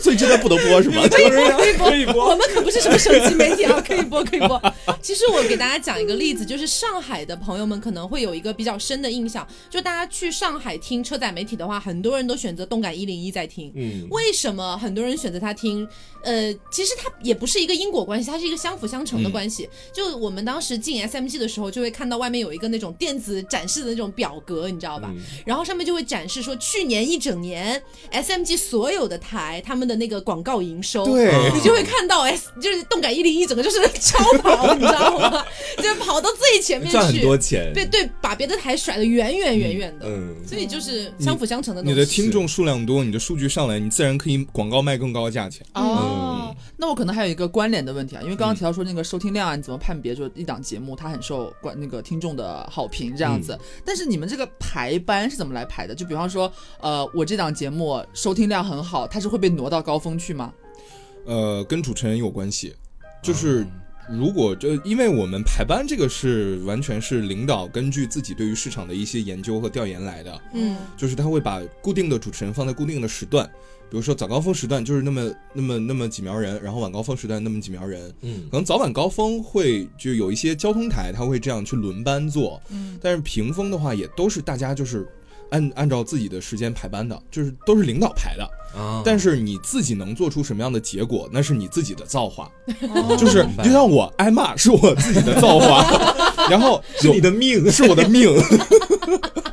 Speaker 4: 所以这段不能播是吗？
Speaker 3: [laughs]
Speaker 2: 这个人可以播
Speaker 1: [laughs] 我们可不是什么手机媒体啊，可以播可以播。其实我给大家讲一个例子，就是上海的朋友们可能会有一个比较深的印象，就大家去上海听车载媒体的话，很多人都选择动感一零一在听。
Speaker 2: 嗯，
Speaker 1: 为什么很多人选择它听？呃，其实它也不是一个因果关系，它是一个相辅相成
Speaker 2: 嗯
Speaker 1: 的关系。就我们当时进 SMG 的时候，就会看到外面有一个那种电子展示的那种表格，你知道吧？
Speaker 2: 嗯
Speaker 1: 然后上面就会展示说去年一整年 SMG 所有的台他们的那个广告营
Speaker 4: 哦
Speaker 1: 收。
Speaker 4: 对，
Speaker 2: 嗯
Speaker 1: 你就会看到 S 就是动感一零一整个就是超跑，你知道
Speaker 2: [laughs]
Speaker 1: 吗？就跑到最前面
Speaker 2: 赚很
Speaker 1: 去，
Speaker 2: 多钱，
Speaker 1: 对对，把别的台甩得远远远远的，
Speaker 2: 嗯，
Speaker 1: 所以就是相辅相成的东
Speaker 4: 你
Speaker 1: 西。
Speaker 4: 的听众数量多，你的数据上来，你自然可以广告卖更高的价钱。
Speaker 2: 嗯
Speaker 3: 哦，那我可能还有一个关联的问题啊，因为刚刚
Speaker 4: 嗯
Speaker 3: 提到说那个收听量啊，你怎么判别就是一档节目它很受观那个听众的好评这样子？
Speaker 4: 嗯
Speaker 3: 但是你们这个排班是怎么来排的？就比方说，呃，我这档节目收听量很好，它是会被挪到高峰去吗？
Speaker 4: 呃，跟主持人有关系，就是如果这，因为我们排班这个是完全是领导根据自己对于市场的一些研究和调研来的，
Speaker 1: 嗯，
Speaker 4: 就是他会把固定的主持人放在固定的时段，比如说早高峰时段就是那么那么那么几苗人，然后晚高峰时段那么几苗人，
Speaker 2: 嗯
Speaker 4: 可能早晚高峰会就有一些交通台，它会这样去轮班做，
Speaker 3: 嗯，
Speaker 4: 但是屏风的话也都是大家就是按按照自己的时间排班的，就是都是领导排的，
Speaker 2: 啊，
Speaker 4: 但是你自己能做出什么样的结果，那是你自己的造化，
Speaker 3: 哦
Speaker 4: [laughs] 就是
Speaker 2: 明白
Speaker 4: 就像我挨骂是我自己的
Speaker 3: [laughs]
Speaker 4: 造化，然后
Speaker 2: 是你的 [laughs] 命，啊
Speaker 4: 是我的命，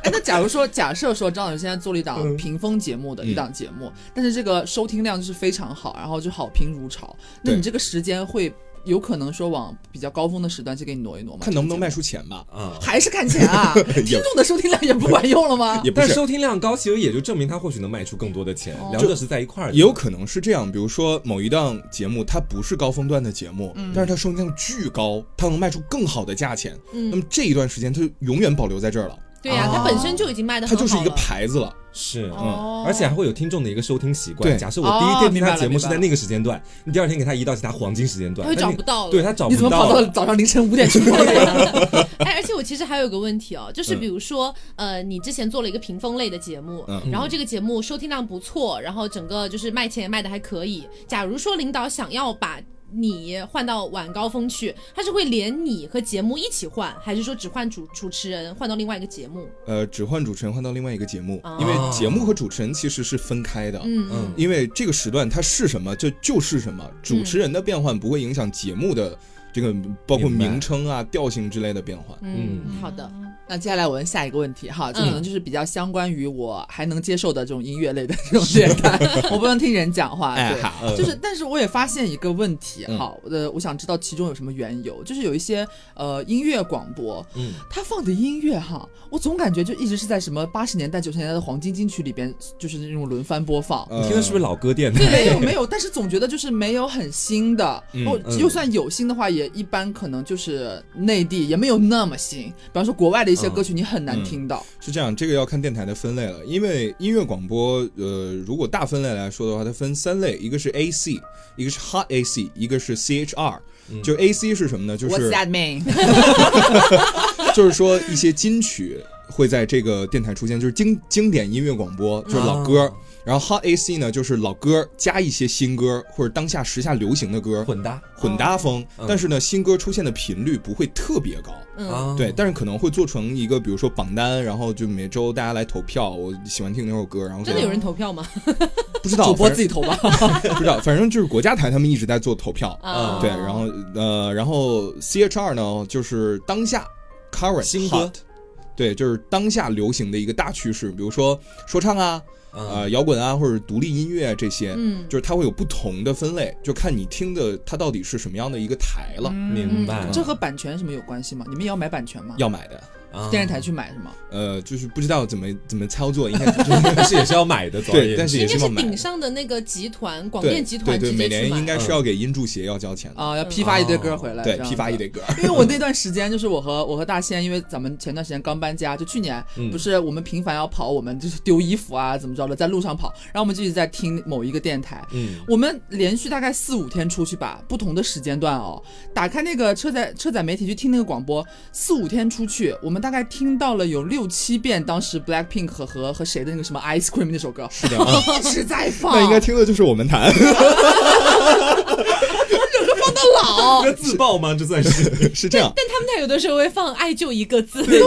Speaker 3: 哎，那假如
Speaker 4: [laughs]
Speaker 3: 说，假设说张老师现在做了一档
Speaker 4: 嗯
Speaker 3: 屏风节目的一档节目，但是这个收听量就是非常好，然后就好评如潮，那你
Speaker 4: 对
Speaker 3: 这个时间会有可能说往比较高峰的时段去给你挪一挪吗？
Speaker 4: 看能不能卖
Speaker 3: 这个节
Speaker 4: 出钱吧。
Speaker 2: 啊
Speaker 3: 目，。还是看钱啊？听众的收听量也不管用了
Speaker 2: [laughs]
Speaker 3: 吗？
Speaker 4: 也不
Speaker 2: 但
Speaker 4: 是，
Speaker 2: 收听量高，其实也就证明它或许能卖出更多的钱，
Speaker 3: 哦
Speaker 2: 两者是在一块儿的。
Speaker 4: 也有可能是这样。比如说某一档节目，它不是高峰段的节目，但是它收听量巨高，它能卖出更好的价钱。
Speaker 1: 嗯
Speaker 4: 那么这一段时间，它就永远保留在这儿了，
Speaker 1: 对呀、
Speaker 2: 哦
Speaker 1: 它本身就已经卖的
Speaker 4: 它
Speaker 1: 很
Speaker 4: 就是
Speaker 1: 好
Speaker 4: 一个
Speaker 1: 了。
Speaker 4: 牌子了。
Speaker 2: 是，嗯
Speaker 3: 哦
Speaker 2: 而且还会有听众的一个收听习惯。
Speaker 4: 对
Speaker 2: 假设我第一天听他
Speaker 3: 哦明白了
Speaker 2: 节目是在那个时间段，你第二天给他移到其他黄金时间段，
Speaker 1: 他会
Speaker 2: 但
Speaker 1: 找
Speaker 2: 你
Speaker 1: 不到了
Speaker 2: 对他找
Speaker 3: 你怎么
Speaker 2: 不
Speaker 3: 跑
Speaker 2: 到
Speaker 3: 到
Speaker 2: 了。
Speaker 3: 早上凌晨五点去播的？
Speaker 1: [laughs] 哎，而且我其实还有个问题哦，就是比如说，呃，你之前做了一个屏风类的节目，
Speaker 4: 嗯
Speaker 1: 然后这个节目收听量不错，然后整个就是卖钱也卖的还可以。假如说领导想要把你换到晚高峰去，他是会连你和节目一起换，还是说只换主主持人，换到另外一个节目？
Speaker 4: 呃，只换主持人换到另外一个节目
Speaker 1: 哦，
Speaker 4: 因为节目和主持人其实是分开的。
Speaker 1: 嗯
Speaker 2: 嗯
Speaker 4: 因为这个时段它是什么，就就是什么。主
Speaker 1: 嗯
Speaker 4: 持人的变换不会影响节目的这个，包括
Speaker 2: 明白
Speaker 4: 名称啊、调性之类的变换。
Speaker 1: 嗯
Speaker 2: 嗯
Speaker 1: 好的，
Speaker 3: 那接下来我问下一个问题哈，这可能就是比较相关于我还能接受的这种音乐类的这种电台，我不能听人讲话。
Speaker 4: 哎
Speaker 3: 对，
Speaker 4: 好
Speaker 2: 呃
Speaker 3: 就是，但是我也发现一个问题
Speaker 4: 嗯
Speaker 3: 哈，呃，我想知道其中有什么缘由，就是有一些呃音乐广播，
Speaker 2: 嗯，
Speaker 3: 它放的音乐哈，我总感觉就一直是在什么八十年代、九十年代的黄金金曲里边，就是那种轮番播放。
Speaker 4: 呃
Speaker 2: 你听的是不是老歌电台？
Speaker 3: [laughs] 没有没有，但是总觉得就是没有很新的，
Speaker 4: 嗯
Speaker 3: 我
Speaker 2: 嗯
Speaker 3: 就算有新的话，也一般可能就是内地也没有那么新。比方说国外的一
Speaker 4: 嗯
Speaker 3: 些歌曲，你很难听到。
Speaker 4: 是这样，这个要看电台的分类了，因为音乐广播，呃，如果大分类来说的话，它分三类，一个是 AC，一个是 Hot AC，一个是 CHR。就 AC 是什么呢？就是
Speaker 3: What's that
Speaker 4: [laughs]
Speaker 3: mean？
Speaker 4: 就是说一些金曲会在这个电台出现，就是经经典音乐广播，就是老歌。
Speaker 2: 啊
Speaker 4: 然后 Hot AC 呢，就是老歌加一些新歌或者当下时下流行的歌，
Speaker 2: 混搭
Speaker 4: 混搭风。
Speaker 2: 嗯
Speaker 4: 但是呢，新歌出现的频率不会特别高。
Speaker 1: 嗯
Speaker 2: 啊，
Speaker 4: 对，但是可能会做成一个，比如说榜单，然后就每周大家来投票，我喜欢听哪首歌，然后
Speaker 1: 真的有人投票吗？
Speaker 4: 不知道
Speaker 3: 主播
Speaker 4: 反正
Speaker 3: 自己投吧。
Speaker 4: 不知道，反正就是国家台他们一直在做投票，
Speaker 1: 啊，
Speaker 4: 嗯对，然后呃，然后 CHR 呢就是当下 current
Speaker 2: 新歌
Speaker 4: hot，对，就是当下流行的一个大趋势，比如说说唱啊，
Speaker 2: 啊，
Speaker 4: 呃，摇滚啊，或者独立音乐这些，
Speaker 1: 嗯
Speaker 4: 就是它会有不同的分类，就看你听的它到底是什么样的一个台了，
Speaker 2: 明白
Speaker 4: 嗯
Speaker 2: 了。
Speaker 3: [laughs] 这和版权什么有关系吗？你们也要买版权吗？
Speaker 4: 要买的。
Speaker 2: 啊
Speaker 3: 电视台去买是吗？
Speaker 4: 呃，就是不知道怎么怎么操作，应该就是
Speaker 2: 但 [laughs] 是也是要买的，总而言之
Speaker 4: 对，但是也
Speaker 1: 应
Speaker 4: 是
Speaker 1: 该
Speaker 4: 要
Speaker 1: 是
Speaker 4: 买的
Speaker 1: 顶上的那个集团，广
Speaker 4: 对
Speaker 1: 电集
Speaker 4: 对
Speaker 1: 团
Speaker 4: 对，
Speaker 1: 直
Speaker 4: 每
Speaker 1: 接去
Speaker 4: 年应
Speaker 1: 买。
Speaker 4: 该是要给音著协要交钱的，
Speaker 3: 啊，要批发一堆歌回来。
Speaker 4: 嗯哦对
Speaker 3: 这，样
Speaker 4: 批发
Speaker 3: 子
Speaker 4: 一。堆歌。
Speaker 3: 因为我那段时间就是我和我和大仙，因为咱们前段时间刚搬家，就去年
Speaker 2: 嗯
Speaker 3: 不是我们频繁要跑，我们就是丢衣服啊，怎么着的，在路上跑，然后我们就一直在听某一个电台，
Speaker 2: 嗯，
Speaker 3: 我们连续大概四五天出去吧，不同的时间段哦，打开那个车载车载媒体去听那个广播，四五天出去，我们大概听到了有六七遍当时 Blackpink 和和和谁的那个什么 Ice Cream 那首歌，[laughs]
Speaker 4: 是的啊，
Speaker 3: 一直在放，
Speaker 4: 那应该听的就是我们谈。
Speaker 3: 整个放
Speaker 1: 的
Speaker 3: 到
Speaker 1: 老。
Speaker 2: 这自爆吗？这算
Speaker 3: [laughs]
Speaker 2: 是
Speaker 4: 是这样。
Speaker 1: 但他们家有的时候会放“爱就一个字”，
Speaker 2: 对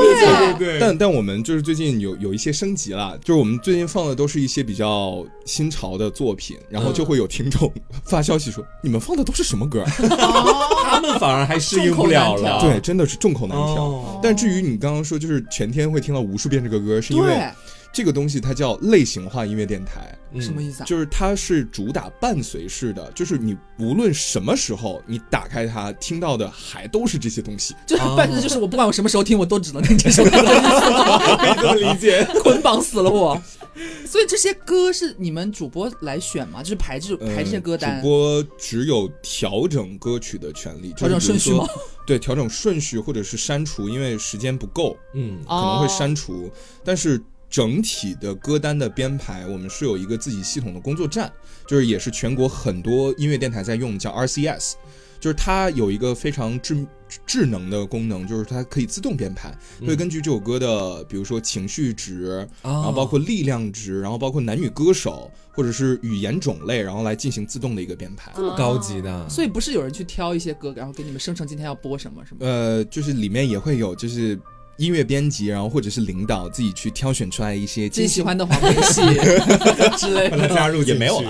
Speaker 2: 对
Speaker 4: 但但我们就是最近有有一些升级啦，就是我们最近放的都是一些比较新潮的作品，然后就会有听众 [laughs] 发消息说：“你们放的都是什么歌啊？”
Speaker 2: 他们反而还适应不了了。
Speaker 4: 对，真的是众口难调。
Speaker 2: 啊哦
Speaker 4: 但至于你刚刚说，就是全天会听到无数遍这个歌，是因为
Speaker 3: 对，
Speaker 4: 这个东西它叫类型化音乐电台，
Speaker 2: 嗯
Speaker 3: 什么意思啊？
Speaker 4: 就是它是主打伴随式的，就是你无论什么时候你打开它，听到的还都是这些东西。
Speaker 3: 就是反正就是我不管我什么时候听，我都只能听这首歌，
Speaker 4: [laughs]
Speaker 2: 可以这么理解。
Speaker 3: [laughs] 捆绑死了我。所以这些歌是你们主播来选吗？就是排这
Speaker 4: 嗯
Speaker 3: 排这些歌单
Speaker 4: 主，播只有调整歌曲的权利，
Speaker 3: 调整顺序吗
Speaker 4: 就是比如说？对，调整顺序或者是删除，因为时间不够
Speaker 2: 嗯，
Speaker 4: 可能会删除。但是整体的歌单的编排，我们是有一个自己系统的工作站，就是也是全国很多音乐电台在用，叫 RCS，就是它有一个非常智智能的功能，就是它可以自动编排，
Speaker 3: 嗯
Speaker 4: 会根据这首歌的，比如说情绪值，
Speaker 3: 哦
Speaker 4: 然后包括力量值，然后包括男女歌手或者是语言种类，然后来进行自动的一个编排。
Speaker 1: 这么
Speaker 2: 高级的，
Speaker 3: 所以不是有人去挑一些歌，然后给你们生成今天要播什么，是吗？
Speaker 4: 呃，就是里面也会有就是音乐编辑，然后或者是领导自己去挑选出来一些
Speaker 3: 自己
Speaker 4: 精
Speaker 3: 喜
Speaker 4: 心
Speaker 3: 欢的黄梅戏 [laughs] 之类
Speaker 2: 把它
Speaker 4: [laughs]
Speaker 3: 的。
Speaker 2: 加入
Speaker 4: 也没有
Speaker 2: 了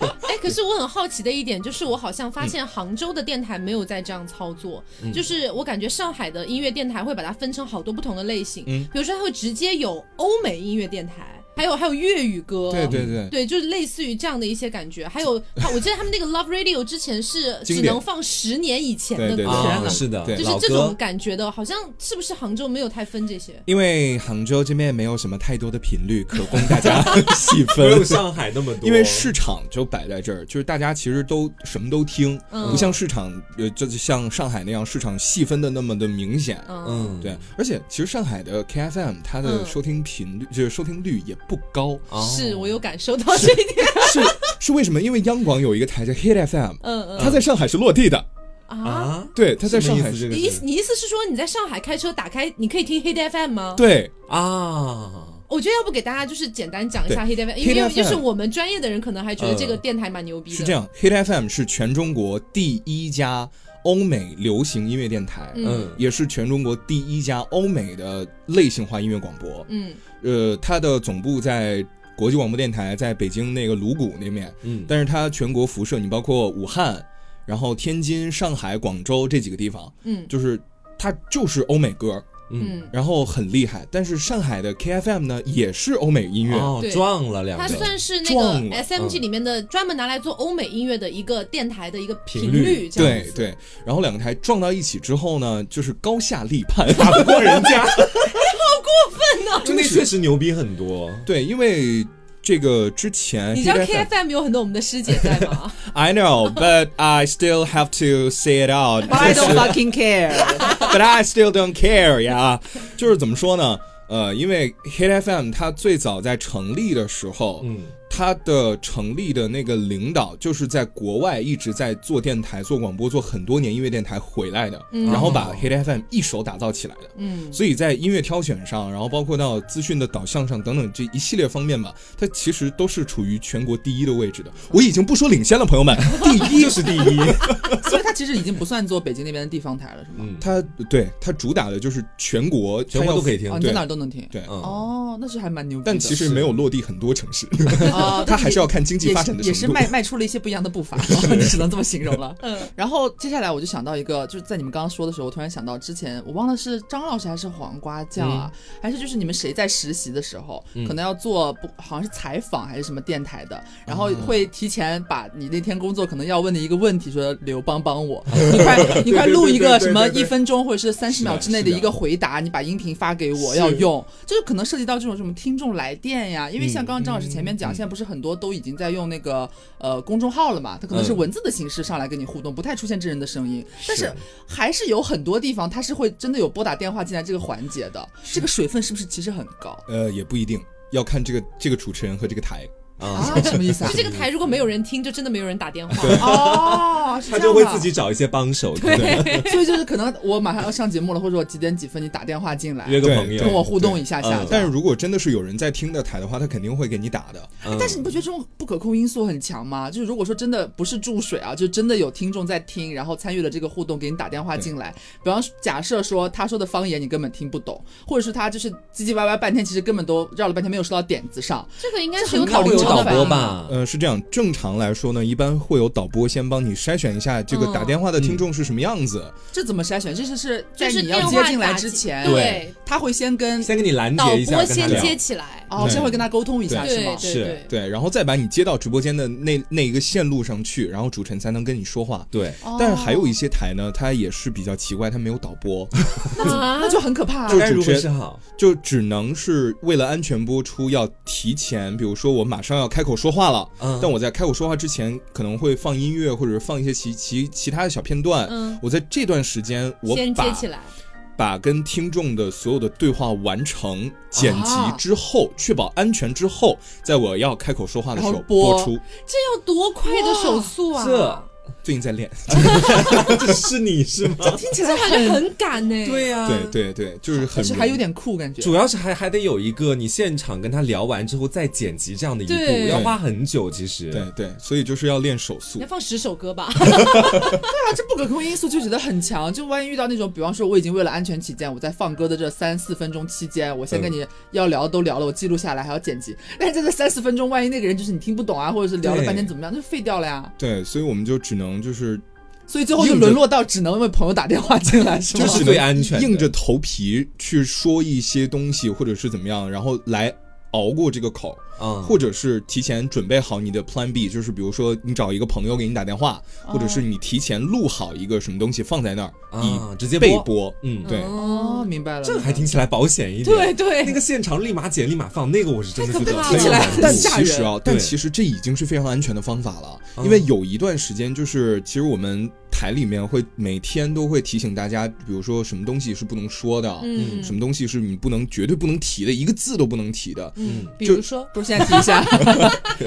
Speaker 4: 啊。
Speaker 1: 哎，可是我很好奇的一点就是，我好像发现杭州的电台没有在这样操作，
Speaker 2: 嗯
Speaker 1: 就是我感觉上海的音乐电台会把它分成好多不同的类型，
Speaker 4: 嗯
Speaker 1: 比如说它会直接有欧美音乐电台，还有还有粤语歌，
Speaker 4: 对对对，
Speaker 1: 对，就是类似于这样的一些感觉。还有， [laughs] 他我记得他们那个 Love Radio 之前是
Speaker 4: 经
Speaker 1: 只
Speaker 4: 典
Speaker 1: 能放十年以前
Speaker 4: 对
Speaker 1: 的歌
Speaker 4: 对对
Speaker 1: 了，
Speaker 2: 啊，是的，
Speaker 4: 对
Speaker 1: 就是
Speaker 2: 老
Speaker 1: 这种
Speaker 2: 歌。
Speaker 1: 感觉的，好像是不是杭州没有太分这些？
Speaker 4: 因为杭州这边没有什么太多的频率可供大
Speaker 1: [laughs]
Speaker 4: 家细
Speaker 2: 没有
Speaker 4: 分。
Speaker 2: [laughs] 上海那么多，
Speaker 4: 因为市场就摆在这儿，就是大家其实都什么都听，
Speaker 1: 嗯
Speaker 4: 不像市场，呃，就是像上海那样市场细分的那么的明显。
Speaker 1: 嗯，
Speaker 2: 嗯，
Speaker 4: 对，而且其实上海的 KFM 它的
Speaker 1: 嗯
Speaker 4: 收听频率、就是收听率也不高，
Speaker 2: 哦
Speaker 1: 是我有感受到这一
Speaker 2: [laughs]
Speaker 1: 点，
Speaker 4: 是是为什么？因为央广有一个台叫 Hit FM，
Speaker 1: 嗯
Speaker 4: 它在上海是落地的，
Speaker 1: 嗯啊。
Speaker 2: 啊，
Speaker 4: 对，它在
Speaker 2: 什么
Speaker 4: 上
Speaker 2: 意
Speaker 4: 海
Speaker 2: 思
Speaker 4: 是
Speaker 2: 这个
Speaker 1: 你意思
Speaker 2: 是
Speaker 1: 你意思是说你在上海开车打开，你可以听 Hit FM 吗？，
Speaker 4: 对
Speaker 2: 啊，
Speaker 1: 我觉得要不给大家就是简单讲一下 Hit FM，因为
Speaker 4: Hit
Speaker 1: 因为就是
Speaker 4: FM
Speaker 1: 我们专业的人可能还觉得这个电台蛮牛逼的。
Speaker 4: 是这，样，Hit FM 是全中国第一家欧美流行音乐电台，
Speaker 2: 嗯
Speaker 1: 嗯
Speaker 4: 也是全中国第一家欧美的类型化音乐广播。
Speaker 1: 嗯
Speaker 4: 呃，它的总部在国际广播电台，在北京那个鲁谷那面，
Speaker 2: 嗯，
Speaker 4: 但是它全国辐射，你包括武汉，然后天津、上海、广州这几个地方，
Speaker 1: 嗯
Speaker 4: 就是它就是欧美歌，
Speaker 2: 嗯，
Speaker 1: 嗯，
Speaker 4: 然后很厉害。但是上海的 KFM 呢，也是欧美音乐，
Speaker 2: 哦，
Speaker 1: 对
Speaker 2: 撞了两
Speaker 1: 它
Speaker 2: 个，
Speaker 1: 算是那
Speaker 4: 撞
Speaker 1: 个
Speaker 4: 了
Speaker 1: SMG
Speaker 2: 嗯
Speaker 1: 里面的专门拿来做欧美音乐的一个电台的一个
Speaker 2: 频
Speaker 1: 频
Speaker 2: 率
Speaker 1: 率，这样
Speaker 4: 对
Speaker 1: 子。
Speaker 4: 对。然后两个台撞到一起之后呢，就是高下立判。
Speaker 2: 打不过人家，好过分呐！就那啊确实牛逼很多，
Speaker 4: [laughs] 对，因为这个之前
Speaker 1: 你知道
Speaker 4: KFM
Speaker 1: KFM 有很多我们的师姐在吗？
Speaker 4: I know, but I still have to say it out.
Speaker 3: I
Speaker 4: 就
Speaker 3: don't
Speaker 4: 是
Speaker 3: fucking care。
Speaker 4: But I still don't care 呀、就是怎么说呢？呃，因为 Hit FM 它最早在成立的时候，
Speaker 2: 嗯
Speaker 4: 它的成立的那个领导就是在国外一直在做电台、做广播、做很多年音乐电台回来的，
Speaker 1: 嗯
Speaker 4: 然后把 Hit FM 一手打造起来的。
Speaker 1: 嗯，
Speaker 4: 所以在音乐挑选上，然后包括到资讯的导向上等等这一系列方面吧，它其实都是处于全国第一的位置的。我已经不说领先了，朋友们，第一 [laughs] 是
Speaker 2: [laughs]
Speaker 4: 第一。
Speaker 3: [laughs] 所以它其实已经不算做北京那边的地方台了，是吗？
Speaker 2: 嗯，
Speaker 4: 它对它主打的就是全国，
Speaker 2: 全国都可以
Speaker 4: 听。
Speaker 2: 听
Speaker 3: 哦，，你在
Speaker 4: 对
Speaker 3: 哪儿都能听。
Speaker 4: 对，
Speaker 2: 嗯，
Speaker 3: 哦，那是还蛮牛逼的。
Speaker 4: 但其实没有落地很多城市， [laughs]
Speaker 3: 哦，
Speaker 4: 它还是要看经济
Speaker 3: 也
Speaker 4: 发
Speaker 3: 是
Speaker 4: 展的
Speaker 3: 也是
Speaker 4: 程度。
Speaker 3: 迈迈出了一些不一样的步
Speaker 4: [laughs]
Speaker 3: 伐， [laughs] 你只能这么形容了。
Speaker 1: 嗯，
Speaker 3: 然后接下来我就想到一个，就是在你们刚刚说的时候，我突然想到之前我忘了是张老师还是黄瓜酱啊，
Speaker 4: 嗯
Speaker 3: 还是就是你们谁在实习的时候，可能要做不好像是采访还是什么电台的，然
Speaker 4: 啊
Speaker 3: 后会提前把你那天工作可能要问的一个问题说刘帮帮我，你
Speaker 4: [laughs]
Speaker 3: 快你快录一个什么一分钟或者是三十秒之内的一个回答，你把音频发给我要用，就是可能涉及到这种什么听众来电呀，因为
Speaker 2: 嗯
Speaker 3: 像刚刚张老师前面讲，现在不是很多都已经在用那个呃公众号了嘛，它可能是
Speaker 2: 嗯
Speaker 3: 文字的形式上来跟你互动，不太出现真人的声音，但
Speaker 2: 是
Speaker 3: 是还是有很多地方它是会真的有拨打电话进来这个环节的，这个水分是不是其实很高？
Speaker 4: 呃，也不一定要看这个这个主持人和这个台。
Speaker 2: 嗯
Speaker 3: 啊，什么意思啊
Speaker 1: 就？这个台如果没有人听，就真的没有人打电话。
Speaker 3: 哦，是
Speaker 2: 他
Speaker 3: 这
Speaker 2: 就
Speaker 3: 样
Speaker 2: 会
Speaker 3: 的
Speaker 2: 自己找一些帮手，对不对？
Speaker 3: 所以就是可能我马上要上节目了，或者我几点几分你打电话进来，
Speaker 2: 约个
Speaker 4: 对
Speaker 2: 朋友，
Speaker 3: 跟我互动一下下。
Speaker 2: 嗯
Speaker 3: 这
Speaker 4: 但
Speaker 3: 样
Speaker 4: 是如果真的是有人在听的台的话，他肯定会给你打的。
Speaker 2: 嗯
Speaker 3: 但是你不觉得这种不可控因素很强吗？就是如果说真的不是注水啊，就真的有听众在听，然后参与了这个互动，给你打电话进来，比方说假设说他说的方言你根本听不懂，或者是他就是唧唧歪歪半天，其实根本都绕了半天没有说到点子上。
Speaker 1: 这个应该是
Speaker 3: 这
Speaker 1: 有
Speaker 3: 很
Speaker 1: 导
Speaker 3: 考
Speaker 2: 会
Speaker 3: 虑
Speaker 1: 播
Speaker 2: 有
Speaker 3: 这
Speaker 1: 的
Speaker 2: 导
Speaker 3: 个
Speaker 2: 播
Speaker 1: 吧？
Speaker 2: 吧？
Speaker 4: 呃，是这样，正常来说呢，一般会有导播先帮你筛选一下这个
Speaker 1: 嗯
Speaker 4: 打电话的听众是什么样子，
Speaker 3: 这怎么筛选？这是是
Speaker 1: 就
Speaker 3: 在
Speaker 1: 是
Speaker 3: 你要
Speaker 1: 电
Speaker 3: 接
Speaker 1: 话
Speaker 3: 进来
Speaker 1: 打
Speaker 3: 之
Speaker 1: 进
Speaker 3: 前，
Speaker 1: 对，
Speaker 3: 他会先跟
Speaker 2: 嗯先跟你拦
Speaker 1: 导
Speaker 2: 截一下，
Speaker 1: 播
Speaker 2: 跟他
Speaker 1: 先
Speaker 2: 聊。
Speaker 1: 接起来。
Speaker 3: 哦，先
Speaker 4: 对
Speaker 3: 会跟他沟通一下，是
Speaker 1: 对
Speaker 3: 吗？
Speaker 1: 对
Speaker 2: 是
Speaker 4: [laughs]
Speaker 1: 对。
Speaker 4: 对，然后再把你接到直播间的那那一个线路上去，然后主持人才能跟你说话。
Speaker 2: 对，
Speaker 3: 哦
Speaker 4: 但是还有一些台呢，它也是比较奇怪，它没有导播， [laughs]
Speaker 1: 啊
Speaker 3: 那就很可怕、啊
Speaker 4: 就。
Speaker 2: 该如
Speaker 4: 主持
Speaker 2: 何
Speaker 4: 人
Speaker 2: 是好？
Speaker 4: 就只能是为了安全播出，要提前，比如说我马上要开口说话了，
Speaker 2: 嗯
Speaker 4: 但我在开口说话之前，可能会放音乐或者放一些其其其他的小片段。 [laughs]
Speaker 1: 嗯
Speaker 4: 我在这段时间，我
Speaker 1: 先
Speaker 4: 把
Speaker 1: 接起来。
Speaker 4: 把跟听众的所有的对话完成、剪辑之后，确保安全之后，在我要开口说话的时
Speaker 3: 然
Speaker 4: 候
Speaker 3: 后播
Speaker 4: 出。
Speaker 1: 这要多快的手速啊！
Speaker 2: 这
Speaker 4: 最近在练，
Speaker 2: [laughs] 这是你是吗？
Speaker 3: 听起来
Speaker 1: 这感觉很赶呢。
Speaker 2: 对呀、
Speaker 4: 对。对对，嗯就是很
Speaker 3: 但是还有点酷感觉。
Speaker 2: 主要是还还得有一个你现场跟他聊完之后再剪辑这样的一步，
Speaker 1: 对
Speaker 2: 要花很久。其实，
Speaker 4: 对对，所以就是要练手速
Speaker 1: 你要。放十首歌吧？
Speaker 3: 啊，这不可控因素就觉得很强，就万一遇到那种，比方说我已经为了安全起见，我在放歌的这三四分钟期间，我先跟你要聊的都聊了，我记录下来还要剪辑，但是在这三四分钟，万一那个人就是你听不懂啊，或者是聊了半天怎么样，就废掉了呀。
Speaker 4: 对，所以我们就只能就是
Speaker 3: 所以最后就沦落到只能为朋友打电话进来，是吗？
Speaker 2: 这是最安全的
Speaker 4: 硬着头皮去说一些东西，或者是怎么样，然后来熬过这个口，
Speaker 2: 嗯，
Speaker 4: 或者是提前准备好你的 Plan B，就是比如说你找一个朋友给你打电话，或者
Speaker 1: 哦
Speaker 4: 是你提前录好一个什么东西放在那儿，
Speaker 2: 啊，直接
Speaker 4: 以备
Speaker 2: 播，
Speaker 4: 播。
Speaker 1: [laughs]
Speaker 2: 嗯，
Speaker 4: 对
Speaker 3: 哦，明白了，
Speaker 2: 这个还听起来保险一点。
Speaker 1: 对对
Speaker 2: 那个现场立马剪立马放，那个我是真的觉
Speaker 1: 太
Speaker 2: 得
Speaker 1: 可怕了
Speaker 2: 很有
Speaker 1: 听起来
Speaker 2: 难度
Speaker 3: 很
Speaker 4: 但
Speaker 3: 吓
Speaker 4: 其
Speaker 3: 人
Speaker 4: 实啊，但
Speaker 2: 对
Speaker 4: 其实这已经是非常安全的方法了，
Speaker 2: 嗯
Speaker 4: 因为有一段时间就是，其实我们台里面会每天都会提醒大家，比如说什么东西是不能说的，
Speaker 1: 嗯
Speaker 4: 什么东西是你不能绝对不能提的，一个字都不能提的。
Speaker 1: 嗯，比
Speaker 4: 就
Speaker 1: 如说，
Speaker 3: 不是现在提一
Speaker 4: [laughs]
Speaker 3: 下，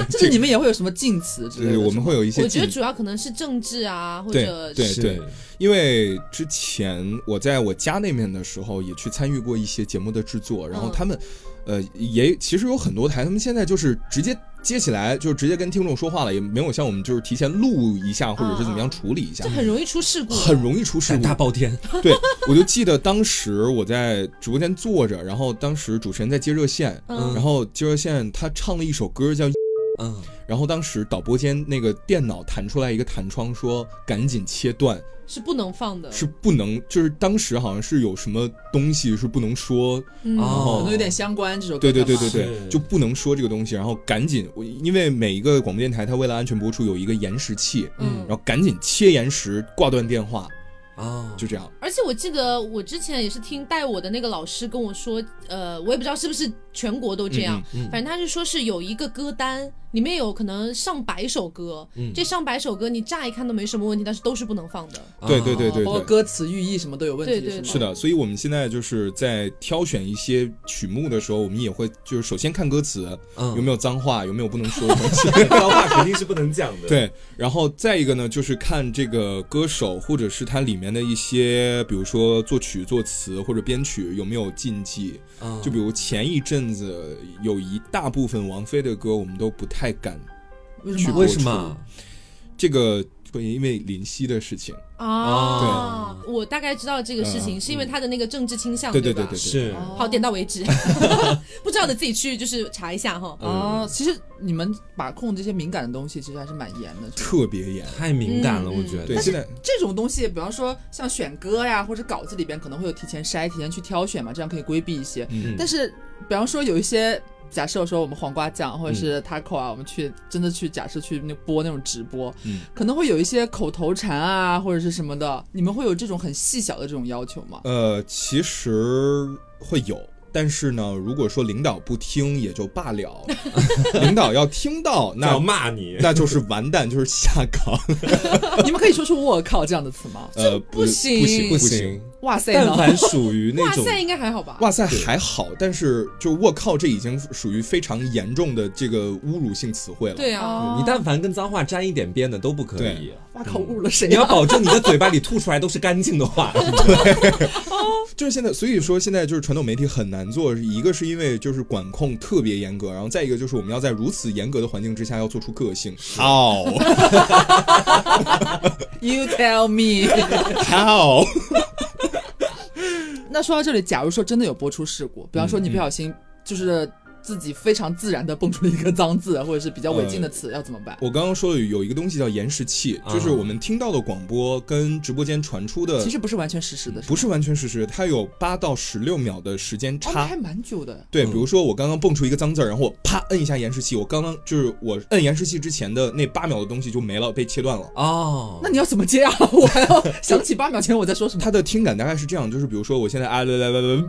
Speaker 3: 就是你们也会有什么禁词之类
Speaker 4: 对，
Speaker 3: 的，
Speaker 4: 我们会有一些
Speaker 1: 我觉得
Speaker 4: 禁
Speaker 1: 主要可能是政治啊，或
Speaker 4: 对
Speaker 1: 者
Speaker 4: 对
Speaker 2: 是
Speaker 4: 对，因为之前我在我家那边的时候，也去参与过一些节目的制作，然后
Speaker 1: 嗯
Speaker 4: 他们，呃，也其实有很多台，他们现在就是直接接起来，就直接跟听众说话了，也没有像我们就是提前录一下，或者是怎么样处理一下
Speaker 1: 这，很容易出事故，
Speaker 4: 很容易出事
Speaker 2: 胆大
Speaker 4: 故。
Speaker 2: 包天，
Speaker 4: 对，我就记得当时我在直播间坐着，然后当时主持人在接热线，
Speaker 1: 嗯
Speaker 4: 然后接热线他唱了一首歌叫。
Speaker 2: 嗯，
Speaker 4: 然后当时导播间那个电脑弹出来一个弹窗，说赶紧切断，
Speaker 1: 是不能放的。
Speaker 4: 是不能，就是当时好像是有什么东西是不能说，
Speaker 1: 嗯
Speaker 4: 啊
Speaker 2: 哦
Speaker 3: 可能有点相关这首歌
Speaker 4: 对
Speaker 3: 干
Speaker 4: 对
Speaker 3: 嘛。
Speaker 4: 对对
Speaker 2: 是
Speaker 4: 对，就不能说这个东西，然后赶紧，我因为每一个广播电台它为了安全播出有一个延时器，
Speaker 1: 嗯
Speaker 4: 然后赶紧切延时，挂断电话，
Speaker 2: 啊，
Speaker 4: 就这样。
Speaker 1: 而且我记得我之前也是听带我的那个老师跟我说，呃，我也不知道是不是全国都这样，
Speaker 2: 嗯嗯
Speaker 1: 反正他是说是有一个歌单，里面有可能上百首歌，
Speaker 2: 嗯
Speaker 1: 这上百首歌你乍一看都没什么问题，但是都是不能放的。
Speaker 4: 对对对
Speaker 3: 哦
Speaker 4: 对
Speaker 3: 包括
Speaker 4: 对。
Speaker 3: 歌词寓意什么都有问题，
Speaker 1: 对对
Speaker 3: 吗
Speaker 1: 对
Speaker 4: 是的，所以我们现在就是在挑选一些曲目的时候，我们也会就是首先看歌词，
Speaker 2: 嗯
Speaker 4: 有 [laughs] 没有脏话，有没有不能说的东西，
Speaker 2: 脏话肯定是不能讲的。，
Speaker 4: 对，然后再一个呢，就是看这个歌手或者是它里面的一些，比如说作曲、作词或者编曲有没有禁忌。
Speaker 2: 嗯
Speaker 4: 就比如前一阵子有一大部分王菲的歌，我们都不太敢
Speaker 3: 为
Speaker 4: 去
Speaker 3: 什么？
Speaker 2: 嗯为什么？
Speaker 4: 这个，会因为林夕的事情。
Speaker 1: 啊，我大概知道这个事情，是因为他的那个政治倾向，
Speaker 4: 嗯对对
Speaker 1: 对
Speaker 4: 对
Speaker 1: 吧
Speaker 4: 对对，
Speaker 2: 是
Speaker 3: 哦
Speaker 1: 好，点到为止，
Speaker 4: [laughs]
Speaker 1: 不知道的自己去就是查一下
Speaker 2: 呃
Speaker 1: 哈。
Speaker 3: 哦，其实你们把控这些敏感的东西，其实还是蛮严
Speaker 2: [laughs]
Speaker 3: 的。是吧
Speaker 4: 特别严。
Speaker 2: 太敏感了，
Speaker 1: 嗯
Speaker 2: 我觉得。
Speaker 4: 对，现在
Speaker 3: 这种东西，比方说像选歌呀，或者稿子里边可能会有提前筛、提前去挑选嘛，这样可以规避一些。
Speaker 2: 嗯
Speaker 3: 但是，比方说有一些，假设说我们黄瓜酱或者
Speaker 2: 嗯
Speaker 3: 是 taco 啊，我们去真的去假设去那播那种直播，
Speaker 4: 嗯
Speaker 3: 可能会有一些口头禅啊或者是什么的，你们会有这种很细小的这种要求
Speaker 2: [laughs]
Speaker 3: 吗？
Speaker 4: 呃，其实会有。但是呢，如果说领导不听也就罢了，领导要听到，
Speaker 2: 那 [laughs] 要
Speaker 4: 那
Speaker 2: 骂你，
Speaker 4: 那就是完蛋，就是下岗。
Speaker 3: 你们可以说出“我靠”这样的词吗？
Speaker 4: 呃，
Speaker 1: [laughs] 不行
Speaker 4: 不行，
Speaker 2: 不
Speaker 4: 行
Speaker 2: 行，
Speaker 3: 哇塞
Speaker 2: 但
Speaker 3: 呢？
Speaker 2: 凡属于那
Speaker 1: 哇
Speaker 2: 种
Speaker 1: 塞，应该还好吧？
Speaker 4: 哇塞，还好，但是就我靠，这已经属于非常严重的这个侮辱性词汇了。
Speaker 1: 对啊，
Speaker 3: 哦
Speaker 2: 嗯你但凡跟脏话沾一点边的都不可以嗯
Speaker 4: 对。
Speaker 3: 哇靠，侮辱了谁
Speaker 2: 你要
Speaker 3: 啊？
Speaker 2: 保证你的嘴巴里吐出来都是干净的话，
Speaker 4: 就是现在，所以说现在就是传统媒体很难做，一个是因为就是管控特别严格，然后再一个就是我们要在如此严格的环境之下要做出个性。好， [laughs]
Speaker 3: You tell me 。
Speaker 4: 好，
Speaker 3: 那说到这里，假如说真的有播出事故，比方说
Speaker 4: 嗯
Speaker 3: 你不小心就是自己非常自然的蹦出了一个脏字，或者是比较违禁的词，要怎么办？
Speaker 4: 呃我刚刚说的有一个东西叫延时器，就是我们听到的广播跟直播间传出的
Speaker 3: 其实不是完全实时的，是吧
Speaker 4: 不是完全事实，它有八到十六秒的时间
Speaker 3: 哦，那
Speaker 4: 差
Speaker 3: 还。蛮久的。
Speaker 4: 对，比如说我刚刚蹦出一个脏字儿，然后我啪摁一下延时器，我刚刚就是我摁延时器之前的那八秒的东西就没了，被切断了。
Speaker 2: 哦
Speaker 3: 那，你要怎么接啊？ [laughs] 我还要
Speaker 4: [laughs]
Speaker 3: 想起八秒前我在说什么。
Speaker 4: 它的听感大概是这样，就是比如说我现在啊来来来来，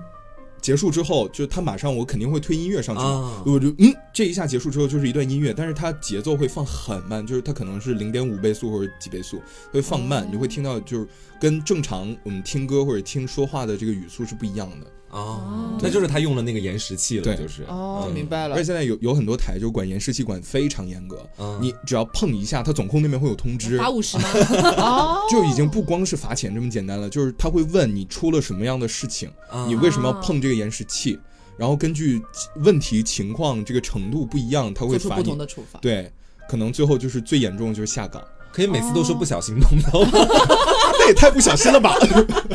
Speaker 4: 结束之后，就是它马上我肯定会推音乐上去，
Speaker 2: 啊
Speaker 4: 我就嗯这一下结束之后就是一段音乐，但是它节奏会放很慢，就是它可能是零点五倍速或者几倍速会放慢，你会听到就是跟正常我们听歌或者听说话的这个语速是不一样的。
Speaker 2: 哦，那就是他用了那个延时器了，
Speaker 4: 对
Speaker 2: 就是
Speaker 3: 哦，
Speaker 2: 嗯
Speaker 3: 明白
Speaker 4: 而
Speaker 3: 了
Speaker 4: 且。现在有有很多台就管延时器管非常严格，
Speaker 2: 嗯
Speaker 4: 你只要碰一下，它总控那边会有通知，
Speaker 1: 罚五十
Speaker 4: [laughs]
Speaker 1: 吗？
Speaker 3: 哦，
Speaker 4: 就已经不光是罚钱这么简单了，就是他会问你出了什么样的事情，
Speaker 2: 啊
Speaker 4: 你为什么要碰这个延时器，然后根据问题情况这个程度不一样，他
Speaker 3: 做
Speaker 4: 会
Speaker 3: 出
Speaker 4: 罚
Speaker 3: 不同
Speaker 4: 你。
Speaker 3: 的处罚。
Speaker 4: 对，可能最后就是最严重的就是下岗， [laughs]
Speaker 2: 可以每次都说不小心碰到吗？
Speaker 4: 那也太不小心了吧？ [laughs]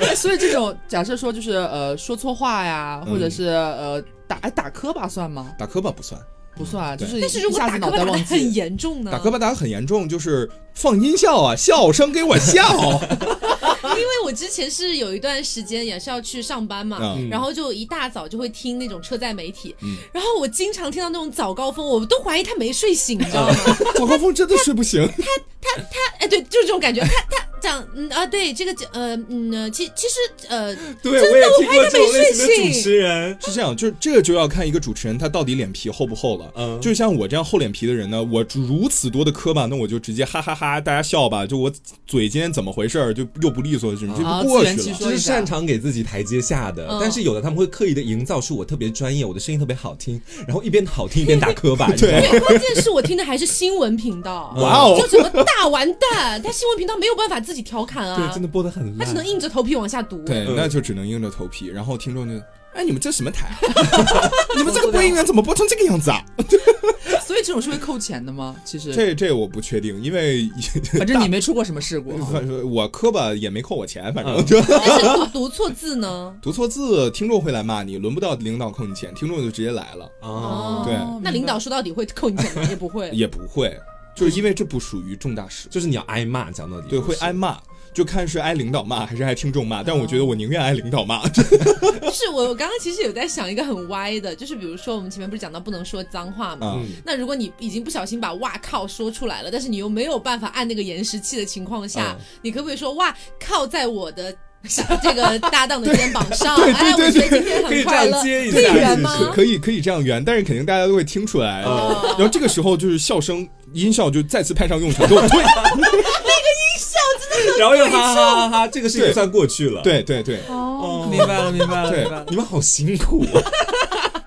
Speaker 3: 哎所以这种假设说就是呃说错话呀，
Speaker 4: 嗯
Speaker 3: 或者是呃打哎打磕巴算吗？
Speaker 4: 打磕巴不算，
Speaker 3: 不算啊，就
Speaker 4: 对
Speaker 3: 是
Speaker 1: 但是如
Speaker 3: 一
Speaker 1: 果
Speaker 3: 下
Speaker 1: 打
Speaker 3: 子
Speaker 1: 磕
Speaker 3: 脑
Speaker 1: 巴打
Speaker 3: 袋
Speaker 1: 得
Speaker 3: 忘
Speaker 1: 很
Speaker 3: 记。
Speaker 1: 严重呢？
Speaker 4: 打磕巴打得很严重，就是放音效啊，笑声给我笑。 [laughs]
Speaker 1: 因为我之前是有一段时间也是要去上班嘛，
Speaker 4: 嗯
Speaker 1: 然后就一大早就会听那种车载媒体，
Speaker 4: 嗯
Speaker 1: 然后我经常听到那种早高峰，我都怀疑他没睡醒，你知道吗？
Speaker 4: 早高峰真的睡不醒，
Speaker 1: [laughs] 哎，对，就是这种感觉，他他讲嗯啊，对这个呃嗯呃其其实呃
Speaker 2: [laughs] 对，
Speaker 1: 真的
Speaker 2: 我也听过这
Speaker 1: 我还以
Speaker 2: 种类型
Speaker 1: 为
Speaker 2: 的
Speaker 1: 没睡
Speaker 2: 主
Speaker 1: 醒
Speaker 2: 持人。
Speaker 4: 是这样，就是这个就要看一个主持人他到底脸皮厚不厚了。
Speaker 2: 嗯
Speaker 4: 就像我这样厚脸皮的人呢，我如此多的磕巴，那我就直接哈哈哈大家笑吧。就我嘴今天怎么回事儿，就又不利索，就这
Speaker 3: 啊
Speaker 4: 就过
Speaker 3: 自圆
Speaker 4: 去
Speaker 3: 其
Speaker 4: [laughs] 了。
Speaker 3: 说
Speaker 2: 这是擅长给自己台阶下的，
Speaker 1: 嗯
Speaker 2: 但是有的他们会刻意的营造出我特别专业，我的声音特别好听，然后一边好听一边打磕 [laughs] 巴，你知道吗，
Speaker 1: 对，关键是我听的还是新闻频
Speaker 2: [laughs]
Speaker 1: 道，
Speaker 4: 哇哦
Speaker 1: 就整个大完蛋，他新闻频道没有办法自己调侃
Speaker 2: 对，
Speaker 1: 啊
Speaker 2: 真，的播的很
Speaker 1: 他只能
Speaker 2: 烂。
Speaker 1: 硬着头皮往下读。
Speaker 4: 对
Speaker 2: 嗯，
Speaker 4: 那就只能硬着头皮。然后听众就，哎，你们这什么
Speaker 3: [laughs]
Speaker 4: 台？你们这个播音员怎么播成这个样子啊？
Speaker 3: 所以这种是会扣钱的吗？其实，
Speaker 4: 这这我不确定，因为
Speaker 3: 反正你没出过什么事故。啊
Speaker 4: [laughs] 反正我磕巴也没扣我钱，反正
Speaker 2: 嗯
Speaker 4: 就 [laughs]
Speaker 1: 但是读读错字呢？
Speaker 4: 读错字，听众会来骂你，轮不到领导扣你钱，听众就直接来了，
Speaker 2: 哦，
Speaker 4: 对
Speaker 3: 明白
Speaker 1: 那领导说到底会扣你钱吗？也不会。
Speaker 4: 也不会，就是因为这不属于重大事故。
Speaker 2: 就是你要挨骂，讲到底就
Speaker 4: 对，
Speaker 2: 是
Speaker 5: 嗯
Speaker 4: 会挨骂，就看是挨领导骂还是挨听众骂。但我觉得我宁愿挨领导骂。
Speaker 1: 就是我，我刚刚其实有在想一个很歪的，就是比如说我们前面不是讲到不能说脏话
Speaker 5: 嗯
Speaker 4: [laughs]
Speaker 1: 嘛。
Speaker 4: 啊，
Speaker 2: 嗯
Speaker 1: 那如果你已经不小心把“哇靠”说出来了，但是你又没有办法按那个延时器的情况下，
Speaker 2: 嗯
Speaker 1: 你可不可以说“哇靠”在我的这个搭档的肩膀
Speaker 2: [laughs]
Speaker 1: 上？
Speaker 4: 对
Speaker 1: 哎，
Speaker 4: 对对
Speaker 1: 我觉得今天
Speaker 2: 可以
Speaker 1: 很
Speaker 2: 这
Speaker 1: 快
Speaker 2: 样
Speaker 1: 乐，
Speaker 2: 接一
Speaker 1: 可以
Speaker 2: 下啊
Speaker 1: 圆
Speaker 2: 其
Speaker 1: 吗
Speaker 2: 实？
Speaker 4: 可以可以这样圆，但是肯定大家都会听出来。
Speaker 1: 哦
Speaker 4: 然后这个时候就是笑声音效就再次派上用
Speaker 5: [laughs]
Speaker 4: 场，给我退。
Speaker 2: [laughs] 然后又哈哈哈哈哈，这个事情
Speaker 4: 对
Speaker 2: 算过去了。
Speaker 4: 对
Speaker 5: [laughs]
Speaker 4: 对对，
Speaker 2: 哦，
Speaker 5: 明白了，明白了，
Speaker 4: 对
Speaker 5: 明白了。
Speaker 2: 你们好辛苦啊。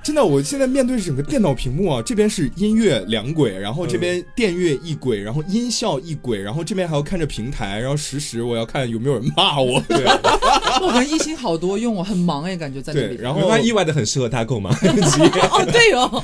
Speaker 4: 真的，我现在面对整个电脑屏幕啊，这边是音乐两轨，然
Speaker 5: 嗯
Speaker 4: 后这边电乐一轨，然后音效一轨，然后这边还要看着平台，然后实时我要看有没有人骂我。
Speaker 5: [laughs]
Speaker 4: 对
Speaker 3: [laughs] 我感觉一心好多用哦，很忙哎，感觉在这 [laughs]
Speaker 4: 对，
Speaker 3: 里。
Speaker 4: 然
Speaker 2: 我
Speaker 4: 后
Speaker 2: 发现意外的很适合他购买。
Speaker 1: 哦，对
Speaker 3: [laughs]
Speaker 1: 哦，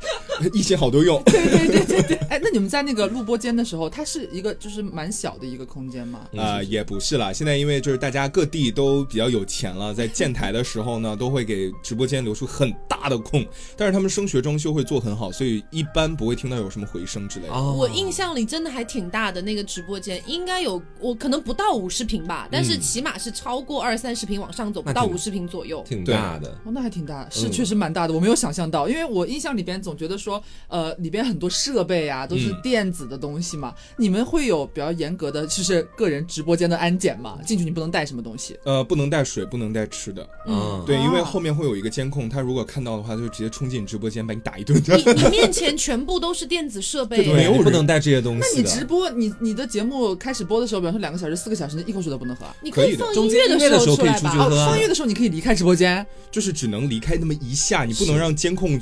Speaker 4: [laughs] 一心好多用。
Speaker 3: 对对对对对。哎，那你们在那个录播间的时候，它是一个就是蛮小的一个空间嘛？
Speaker 4: 啊、也不是啦。现在因为就是大家各地都比较有钱了，在建台的时候呢，都会给直播间留出很大的空。但是他们升学装修会做很好，所以一般不会听到有什么回声之类
Speaker 2: [laughs]
Speaker 4: 的。
Speaker 2: 哦
Speaker 1: 我印象里真的还挺大的那个直播间，应该有我可能不到五十平吧，但是起码是超过二三十平往上走，不
Speaker 2: 那
Speaker 1: 到
Speaker 2: 挺 [laughs]
Speaker 1: 五十平左右。
Speaker 2: 挺大的，
Speaker 3: 哦，那还挺大，是
Speaker 2: 嗯
Speaker 3: 确实蛮大的，我没有想象到，因为我印象里边总觉得说，呃，里边很多设备啊都是电子的东西嘛，你们会有比较严格的就是个人直播间的安检吗？进去你不能带什么东西？
Speaker 4: 呃，不能带水，不能带吃的。
Speaker 1: 嗯
Speaker 2: 嗯，
Speaker 4: 对，因为
Speaker 3: 啊
Speaker 4: 后面会有一个监控，他如果看到的话，他就直接冲进直播间把你打一 [laughs] 顿。
Speaker 1: 你你面前全部都是电子设备，
Speaker 2: 对，
Speaker 4: 没有
Speaker 2: 你不
Speaker 4: 人
Speaker 2: 能带这些东
Speaker 3: 那
Speaker 2: 西
Speaker 3: 你直
Speaker 2: 的。
Speaker 3: 播，你你的节目开始播的时候，比方说两个小时、四个小时，你一口水都不能喝啊。
Speaker 1: 你
Speaker 4: 可以的
Speaker 1: 放
Speaker 2: 中
Speaker 1: 音
Speaker 2: 间
Speaker 1: 乐
Speaker 2: 音乐的时候
Speaker 1: 时
Speaker 2: 可以
Speaker 1: 出来
Speaker 2: 出去
Speaker 1: 吧。哦
Speaker 2: 喝啊
Speaker 3: 放音乐的时候你可以离开直播间，
Speaker 4: 就是只能离开那么一下，你不能让监控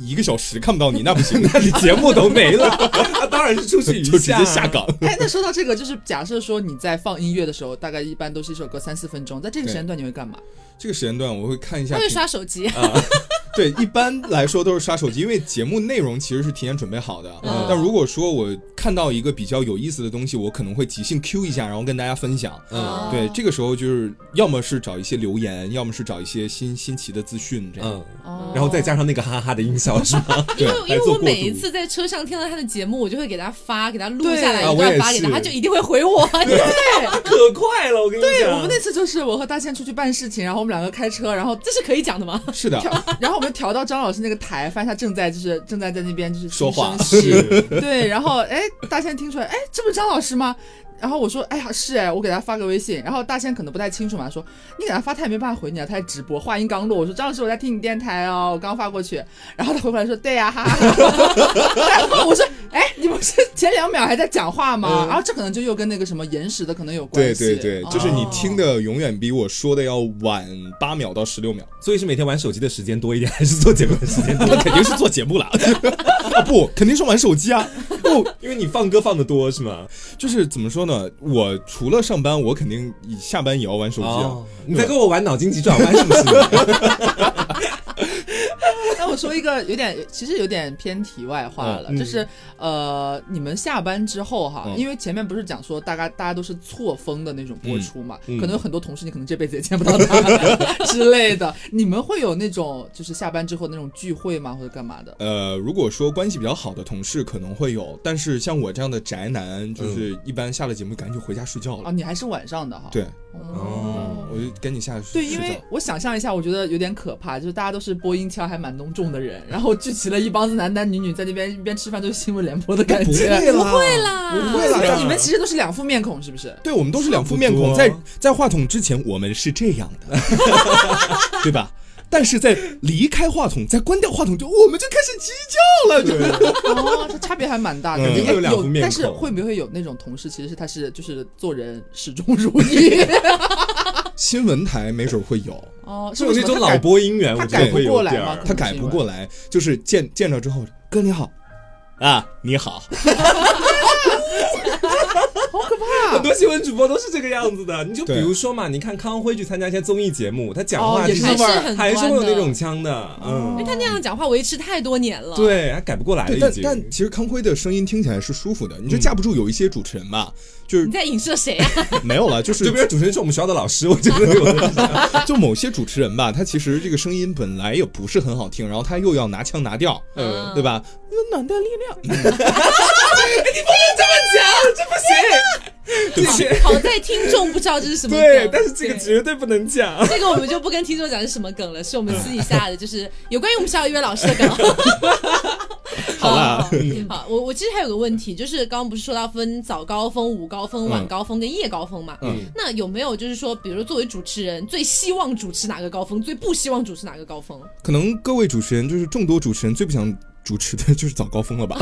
Speaker 4: 一个小时看不到你，那不行，那你节目都 [laughs] 没了，
Speaker 2: [laughs] 啊，当然是出去一
Speaker 4: 就直接下
Speaker 2: 岗。
Speaker 4: 岗。
Speaker 3: 哎，那说到这个，就是假设说你在放音乐的时候，大概一般都是一首歌三四分钟，在这个时间段你会干嘛？
Speaker 4: 这个时间段我会看一下
Speaker 1: 他
Speaker 4: 平，
Speaker 1: 会刷手机，
Speaker 4: [laughs] 对，一般来说都是刷手机，因为节目内容其实是提前准备好的。
Speaker 1: 嗯
Speaker 4: 但如果说我看到一个比较有意思的东西，我可能会即兴 Q 一下，然后跟大家分享。
Speaker 2: 嗯
Speaker 1: 哦
Speaker 4: 对，这个时候就是要么是找一些留言，要么是找一些新新奇的资讯，这样。
Speaker 2: 嗯，
Speaker 3: 哦
Speaker 2: 然后再加上那个哈哈哈的音效是吗？
Speaker 1: 因为
Speaker 4: 对
Speaker 1: 因为
Speaker 2: 来做
Speaker 1: 我
Speaker 2: 过
Speaker 1: 每一
Speaker 2: 渡
Speaker 1: 次在车上听到他的节目，我就会给他发，给他录
Speaker 3: 对
Speaker 1: 下来
Speaker 4: 啊
Speaker 1: 一
Speaker 4: 我也
Speaker 1: 段发给他，
Speaker 4: 是
Speaker 1: 他就一定会回我。
Speaker 2: [laughs] 啊可快了，我跟你
Speaker 3: 对
Speaker 2: 讲。
Speaker 3: 我们那次就是我和大倩出去办事情，然后我们两个开车，然后
Speaker 1: 这是可以讲的
Speaker 2: 嗯
Speaker 1: 吗？
Speaker 4: 是的，
Speaker 3: 调，然后我们调到张老师那个台，发现他正在就是正在在那边就是
Speaker 4: 说话
Speaker 3: 轻声细
Speaker 4: [laughs]
Speaker 3: 语对，然后哎，大仙听出来，哎，这不是张老师吗？然后我说，哎呀，是哎，我给他发个微信，然后大仙可能不太清楚嘛，说你给他发，他也没办法回你啊，他在直播，话音刚落，我说张老师，我在听你电台哦，我刚发过去，然后他回过来说，对呀、哈哈哈哈。 [laughs] 然后我说，哎，你不是前两秒还在讲话吗？然后这可能就又跟那个什么延时的可能有关
Speaker 4: 嗯对
Speaker 3: 系，
Speaker 4: 对对，就是你
Speaker 3: 哦
Speaker 4: 听的永远比我说的要晚八秒到十六秒。
Speaker 2: 所以是每天玩手机的时间多一点， [laughs] 还是做节目的时间
Speaker 3: [laughs]
Speaker 2: 多？
Speaker 4: 那肯定是做节目了 [laughs] 啊！不，肯定是玩手机啊！
Speaker 2: 不，因为你放歌放的多是吗？
Speaker 4: 就是怎么说呢？我除了上班，我肯定以下班也要玩手机啊。
Speaker 2: 哦你在跟我玩脑筋急转弯是不是？
Speaker 3: 那我说一个有点，其实有点偏题外话了，
Speaker 2: 嗯
Speaker 3: 就是呃，你们下班之后哈，
Speaker 4: 嗯
Speaker 3: 因为前面不是讲说大概大家都是错峰的那种播出嘛，
Speaker 2: 嗯嗯
Speaker 3: 可能有很多同事你可能这辈子也见不
Speaker 2: [laughs]
Speaker 3: 到他之类的，你们会有那种就是下班之后那种聚会吗，或者干嘛的？
Speaker 4: 呃，如果说关系比较好的同事可能会有，但是像我这样的宅男，就是一般下了节目赶紧就回家睡觉
Speaker 3: 啊，
Speaker 4: 了。
Speaker 3: 你还是晚上的哈？
Speaker 4: 对，
Speaker 3: [laughs]
Speaker 2: 哦
Speaker 4: 我就赶紧下去
Speaker 3: 啊对，
Speaker 4: 睡
Speaker 3: 因为
Speaker 4: 觉。
Speaker 3: 我想象一下，我觉得有点可怕，就是大家都是播音腔还蛮浓重的人，然后聚齐了一帮子男男女女在那边一边吃饭，就是新闻联播的感
Speaker 2: 不
Speaker 3: 觉。
Speaker 2: 会啊啦，
Speaker 1: 会啦，
Speaker 2: 不会
Speaker 3: 所
Speaker 2: 啦，
Speaker 3: 以你们其实都是两副面孔，是不是？
Speaker 4: 对，我们都是两副面
Speaker 2: 差
Speaker 3: [laughs]
Speaker 4: 孔，
Speaker 2: 不多
Speaker 4: 在在话筒之前我们是这样的， [laughs] 对吧？但是在离开话筒，在关掉话筒就我们就开始鸡叫了，就是
Speaker 3: 哦，这差别还蛮大的，哎
Speaker 4: 肯定
Speaker 2: 会有两副面孔
Speaker 3: 但是会不会有那种同事，其实是他是就是做人始终如一？ [laughs]
Speaker 4: 新闻台没准会有，
Speaker 3: 哦，
Speaker 2: 就
Speaker 3: 是
Speaker 2: 有那
Speaker 3: 为什
Speaker 2: 种
Speaker 3: 么
Speaker 2: 老播音员，
Speaker 3: 他
Speaker 2: 我觉
Speaker 3: 改
Speaker 2: 得
Speaker 3: 不
Speaker 2: 会有
Speaker 3: 过来
Speaker 2: 点
Speaker 3: 吗
Speaker 2: 儿。
Speaker 4: 他改不过来，就是见见着之后，哥你好，啊你好，
Speaker 2: 很多新闻主播都是这个样子的。你就比
Speaker 4: 对
Speaker 2: 如说嘛，你看康辉去参加一些综艺节目，他讲
Speaker 3: 哦
Speaker 2: 话
Speaker 3: 也
Speaker 2: 就是
Speaker 1: 还是很
Speaker 2: 还是会有
Speaker 1: 端的
Speaker 2: 那种腔的，
Speaker 3: 哦
Speaker 2: 嗯
Speaker 1: 因为，他那样讲话维持太多年了。，
Speaker 2: 对，他改不过来了
Speaker 4: 对，
Speaker 2: 已
Speaker 4: 但
Speaker 2: 经。
Speaker 4: 但其实康辉的声音听起来是舒服的，你就架不住有一些主持人吧，就是
Speaker 1: 你在影射谁啊？
Speaker 4: 没有
Speaker 2: [laughs]
Speaker 4: 了，就是
Speaker 2: 就比如主持人是我们学校的老师，我觉得
Speaker 1: [laughs]
Speaker 2: 有的
Speaker 4: 就某些主持人吧，他其实这个声音本来也不是很好听，然后他又要拿腔拿调，
Speaker 1: 嗯
Speaker 4: 对吧？温暖的力量，
Speaker 2: 这些
Speaker 1: 好在听众不知道这是什么梗。
Speaker 2: 对，但是这个
Speaker 1: 对
Speaker 2: 绝对不能讲。
Speaker 1: 这个我们就不跟听众讲是什么梗了，是我们私底下的，就是有关于我们校乐老师的
Speaker 2: [laughs]
Speaker 1: 梗。
Speaker 4: 好啦
Speaker 1: 好，好，我我其实还有个问题，就是刚刚不是说到分早高峰、午高峰、
Speaker 2: 嗯
Speaker 1: 晚高峰跟夜高峰嘛？
Speaker 4: 嗯
Speaker 2: [laughs]
Speaker 1: 那有没有就是说，比如作为主持人，最希望主持哪个高峰，最不希望主持哪个高
Speaker 2: 哦
Speaker 1: 峰？
Speaker 4: [laughs] 可能各位主持人就是众多主持人最不想主持的 [laughs] 就是早高峰了吧？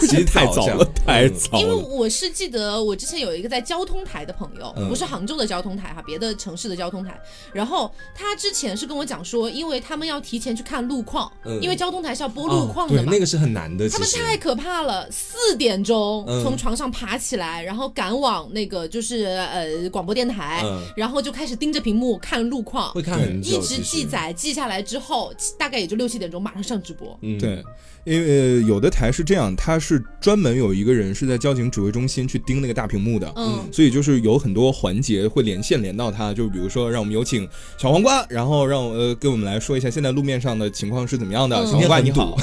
Speaker 2: 其实
Speaker 4: 太早了， [laughs] 太早
Speaker 1: 因为
Speaker 4: 了。
Speaker 1: 我是记得我之前有一个在交通台的朋友，
Speaker 4: 嗯
Speaker 1: 不是杭州的交通台哈，别的城市的交通台。然后他之前是跟我讲说，因为他们要提前去看路况，
Speaker 2: 嗯哦
Speaker 1: 因为交通台是要播路况
Speaker 2: 对
Speaker 1: 的，嘛。
Speaker 2: 那个是很难的。
Speaker 1: 他
Speaker 2: 其
Speaker 1: 们
Speaker 2: 实
Speaker 1: 太可怕了，四点钟
Speaker 2: 嗯
Speaker 1: 从床上爬起来，然后赶往那个就是呃广播电台，
Speaker 2: 嗯
Speaker 1: 然后就开始盯着屏幕看路况，
Speaker 2: 会看很久，
Speaker 1: 一直
Speaker 2: 其实
Speaker 1: 记。载记下来之后，大概也就六七点钟马上上直播。
Speaker 2: 嗯，
Speaker 4: 对，因为有的台是这样，他是专门有一个人是在交警指挥中心去盯那个大屏幕的，
Speaker 1: 嗯，
Speaker 4: 所以就是有很多环节会连线连到他，就比如说让我们有请小黄瓜，然后让我呃跟我们来说一下现在路面上的情况是怎么样的。
Speaker 1: 嗯
Speaker 4: 小黄瓜你好，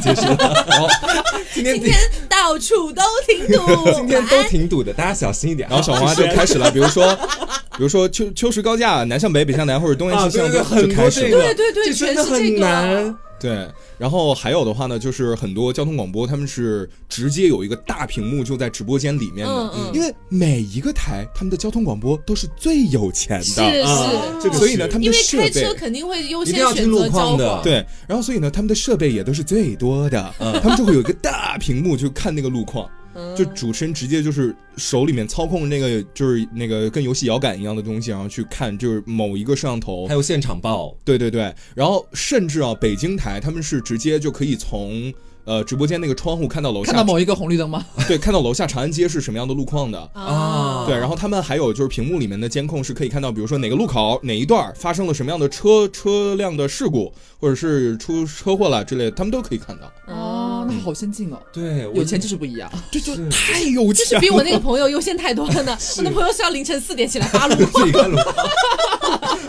Speaker 4: 结束。然后
Speaker 2: [laughs] 今天
Speaker 1: 今天到处都挺 [laughs] 堵，
Speaker 2: 今天都挺堵的，大家小心一点。
Speaker 4: 然后小黄
Speaker 2: [laughs]
Speaker 4: 瓜就开始了，比如说， [laughs] 比如说秋秋实高架南向北，北向南，或者东
Speaker 2: 啊，
Speaker 4: 南西
Speaker 2: 对
Speaker 4: 向
Speaker 2: 对
Speaker 4: 东
Speaker 2: 对，，很
Speaker 4: 就
Speaker 2: 多
Speaker 4: 开始
Speaker 2: 这
Speaker 4: 了。
Speaker 2: 个，
Speaker 1: 对对对
Speaker 2: 这真的
Speaker 1: 全是这
Speaker 2: 很
Speaker 1: 个啊
Speaker 2: 难。
Speaker 4: 对，然后还有的话呢，就是很多交通广播他们是直接有一个大屏幕就在直播间里面的，
Speaker 1: 嗯嗯
Speaker 4: 因为每一个台他们的交通广播都是最有钱的，
Speaker 1: 是是，
Speaker 2: 啊这个
Speaker 4: 所以呢，他们
Speaker 1: 因
Speaker 4: 的
Speaker 1: 为
Speaker 4: 设
Speaker 1: 开
Speaker 4: 备
Speaker 1: 车肯定会优
Speaker 2: 一
Speaker 1: 先
Speaker 2: 定要听
Speaker 1: 选
Speaker 2: 路
Speaker 1: 择
Speaker 2: 况
Speaker 1: 交
Speaker 2: 的
Speaker 1: 广，
Speaker 4: 对，然后所以呢，他们的设备也都是最多的，他们就会有一个大屏幕就看那个路况，
Speaker 1: 嗯
Speaker 4: 就主持人直接就是手里面操控那个就是那个跟游戏摇杆一样的东西，然后去看就是某一个摄像头
Speaker 2: 还，有现场报，
Speaker 4: 对对对，然后甚至啊，北京台他们是直接就可以从。呃，直播间那个窗户看到楼下
Speaker 3: 看到某一个红绿灯吗？
Speaker 4: 对，看到楼下长安街是什么样的路况的。
Speaker 1: 啊，
Speaker 4: 对，然后他们还有就是屏幕里面的监控是可以看到，比如说哪个路口哪一段儿发生了什么样的车车辆的事故，或者是出车祸了之类的，他们都可以看到。
Speaker 1: 嗯
Speaker 3: 哦，那好先进哦，
Speaker 2: 对，我
Speaker 3: 有钱就是不一样。
Speaker 4: 这就是太有
Speaker 1: 这
Speaker 4: 钱
Speaker 1: 是
Speaker 4: 了，
Speaker 1: 比我那个朋友优先太多了呢。我那朋 [laughs] 友是要凌晨四点起来发路，
Speaker 4: [laughs]
Speaker 2: 自己看路况，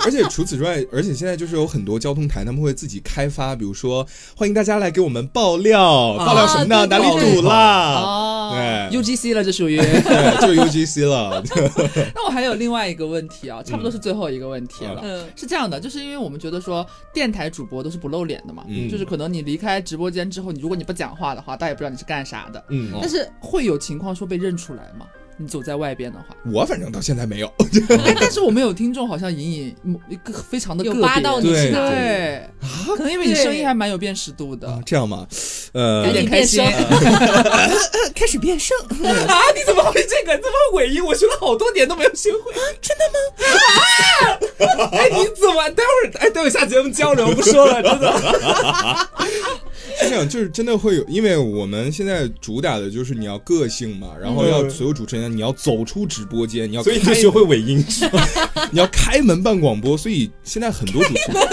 Speaker 4: 而且除此之外，而且现在就是有很多交通台他们会自己开发，比如说欢迎大家来给我们爆料，爆料什么呢？
Speaker 1: 啊对
Speaker 4: 哪
Speaker 1: 对
Speaker 4: 里
Speaker 1: 对
Speaker 4: 堵啦？
Speaker 3: 哦
Speaker 4: 对
Speaker 3: ，UGC 了，这
Speaker 2: [laughs]
Speaker 3: 属于。
Speaker 4: 对，就是 UGC 了。 [laughs]
Speaker 3: 那我还有另外一个问题啊，差
Speaker 2: 嗯
Speaker 3: 不多是最后一个问题了。
Speaker 1: [laughs] 嗯，
Speaker 3: 是这样的，就是因为我们觉得说电台主播都是不露脸的嘛，
Speaker 4: 嗯
Speaker 3: 就是可能你离开直播间之后，你如果你不讲话的话，大家也不知道你是干啥的。
Speaker 2: 嗯，
Speaker 1: 哦
Speaker 3: 但是会有情况说被认出来吗？你走在外边的话，
Speaker 4: 我反正到现在没有，
Speaker 3: 哎， [laughs] 但是我们有听众好像隐隐某一个非常的
Speaker 1: 有扒到你
Speaker 2: 对
Speaker 1: 是吧？
Speaker 3: 对，可能因为你声音还蛮有辨识度的
Speaker 4: 啊，这样嘛，呃，
Speaker 3: 有点开心。
Speaker 1: 赶
Speaker 3: [laughs]
Speaker 4: 开始变声，
Speaker 3: 呃啊！你怎么会这个？这么诡异？我学了好多年都没有学会，真的吗？啊！哎，你怎么？待会儿，哎，待会儿下节目交流，不说了，真的。
Speaker 4: 是这样，就是真的会有，因为我们现在主打的就是你要个性嘛，然后要所有主持人，你要走出直播间，你要
Speaker 2: 嗯所以你就
Speaker 4: 开
Speaker 2: 学会
Speaker 1: [laughs]
Speaker 2: 尾音，
Speaker 4: 你要开门办广播，所以现在很多主持人，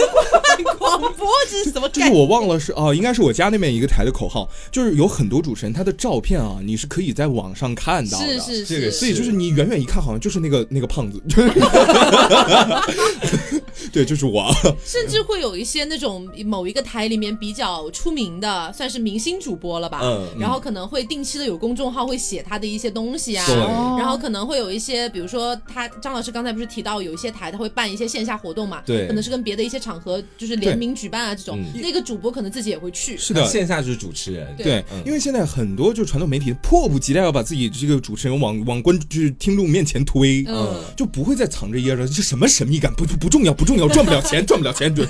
Speaker 1: [laughs] 广播这是什么
Speaker 4: 就
Speaker 1: 概
Speaker 4: 是
Speaker 1: 念？
Speaker 4: 我忘了是哦，应该是我家那边一个台的口号，就是有很多主持人他的照片啊，你是可以在网上看到的。
Speaker 1: 是是
Speaker 2: 这个
Speaker 1: 是
Speaker 4: 所以就是你远远一看，好像就是那个那个
Speaker 2: [laughs]
Speaker 4: 胖子， [laughs] 就是，对，就是我。
Speaker 1: 甚至会有一些那种某一个台里面比较出名的，算是明星主播了吧。
Speaker 2: 嗯，
Speaker 1: 然后可能会定期的有公众号会写他的一些东西啊，
Speaker 2: 对
Speaker 1: 然后可能会有一些，比如说他张老师刚才不是提到有一些台他会办一些线下活动嘛，
Speaker 2: 对
Speaker 1: 可能是跟别的一些场合就是联名举办啊这种，
Speaker 2: 嗯
Speaker 1: 那个主播可能自己也会去，
Speaker 4: 是的
Speaker 2: 线下就是主持人，
Speaker 1: 对
Speaker 4: 对
Speaker 2: 嗯，
Speaker 4: 因为现在很多就传统媒体迫不及待要把自己这个主持人往往观就是听众面前推，
Speaker 1: 嗯
Speaker 4: 就不会再藏着掖着，这什么神秘感不不不重要，不重要，赚不了钱，赚不了钱，对，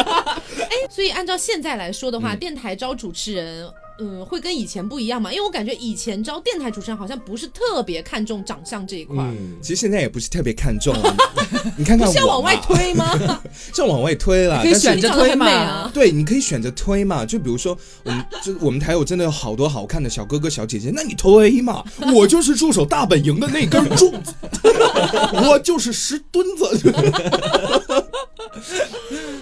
Speaker 1: [laughs] 所以按照现在来说的
Speaker 2: 嗯
Speaker 1: 话，电台招主持人。嗯，会跟以前不一样嘛？因为我感觉以前招电台主持人好像不是特别看重长相这一块，
Speaker 2: 嗯，
Speaker 4: 其实现在也不是特别看重，啊
Speaker 1: [laughs]
Speaker 4: 你看
Speaker 1: 不
Speaker 4: 看
Speaker 1: 是要
Speaker 4: 我
Speaker 1: 往外
Speaker 4: 嘛，
Speaker 1: 推吗？
Speaker 4: 是要往外推
Speaker 3: [laughs]
Speaker 4: 了，
Speaker 3: 可以
Speaker 4: 但是
Speaker 3: 选
Speaker 1: 你
Speaker 3: 择
Speaker 1: 长得
Speaker 3: 推
Speaker 1: 很美啊
Speaker 3: 嘛。
Speaker 4: 对，你可以选择推嘛，就比如说我们就我们台有真的有好多好看的小哥哥小姐姐，那你推
Speaker 1: [laughs]
Speaker 4: 嘛，我就是驻守大本营的那根柱子， [laughs] 我就是石墩子，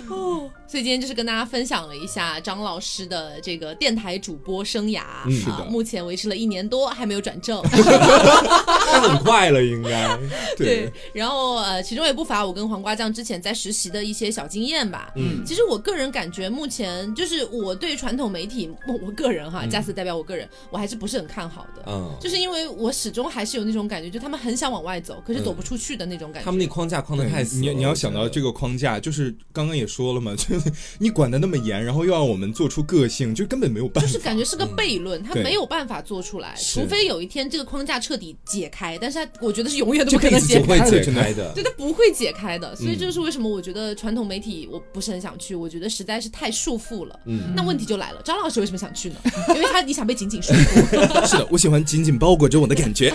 Speaker 1: 哦，所以今天就是跟大家分享了一下张老师的这个电台主播生涯，
Speaker 4: 是
Speaker 1: 啊
Speaker 4: 的，
Speaker 1: 目前维持了一年多，还没有转正。
Speaker 2: 但很快了，
Speaker 1: [laughs]
Speaker 2: 应该
Speaker 1: 对，然后呃，其中也不乏我跟黄瓜酱之前在实习的一些小经验吧。嗯，其实我个人感觉，目前就是我对传统媒体，我我个人哈，加斯代表我个人，我还是不是很看好的。
Speaker 2: 嗯，
Speaker 1: 就是因为我始终还是有那种感觉，就他们很想往外走，可是走不出去的那种感觉。
Speaker 2: 他们那框架框的太死了，
Speaker 4: 你你要想到这
Speaker 2: 个，
Speaker 4: 个框架，就是刚刚也说了嘛，就是 [laughs] 你管的那么严，然后又让我们做出个性，就根本没有办
Speaker 1: 就
Speaker 4: 法。
Speaker 1: 是感觉是个悖论，他
Speaker 4: 对
Speaker 1: 没有办法做出来，
Speaker 2: 嗯是
Speaker 1: 除非有一天这个框架彻底解开，但是他我觉得是永远都
Speaker 4: 这
Speaker 1: 不可能
Speaker 4: 辈子
Speaker 1: 解
Speaker 2: 不
Speaker 1: 开，
Speaker 2: 会解
Speaker 4: 解
Speaker 2: 开嗯
Speaker 4: 开
Speaker 2: 的
Speaker 1: 对，他不会解开的，所以这就是为什么我觉得传统媒体我不是很想去，我觉得实在是太束缚了。
Speaker 2: 嗯
Speaker 1: 那问题就来了，张老师为什么想去呢？因为他你想被紧紧束缚，
Speaker 2: [laughs]
Speaker 4: 是的，我喜欢紧紧包裹着我的感觉。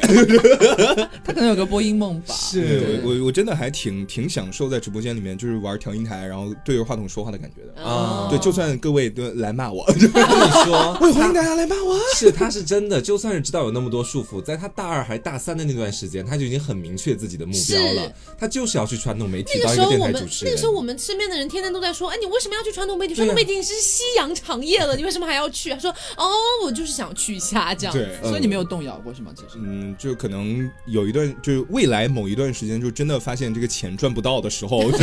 Speaker 3: 他可能有个播音梦吧。
Speaker 4: 是我我我真的还挺挺享受在直播间里面就是玩调音台，然后对着话筒说话的感觉的。
Speaker 2: 啊
Speaker 4: 对，就算各位都来骂我， [laughs]
Speaker 2: 我跟你说，
Speaker 4: 我也欢迎大家来骂我。
Speaker 2: 是，他是真的，就算是知道有那么多束缚，在他大二还大三的那段时间，他就已经很明确自己的目标了，他就是要去传统媒体
Speaker 1: 那个
Speaker 2: 当一
Speaker 1: 时候
Speaker 2: 电
Speaker 1: 我
Speaker 2: 台
Speaker 1: 们
Speaker 2: 主持
Speaker 1: 那
Speaker 2: 人。
Speaker 1: 个时候我们身边的人天天都在说，哎，你为什么要去传统媒体？
Speaker 2: 对啊
Speaker 1: 传统媒体你是夕阳产业了，你为什么还要去？他说哦，我就是想去一下这样。
Speaker 2: [laughs]
Speaker 4: 对，
Speaker 3: 所以你没有动摇过是吗？其实
Speaker 4: 嗯，就可能有一段，就是未来某一段时间就真的发现这个钱赚不到的时候， [laughs] 就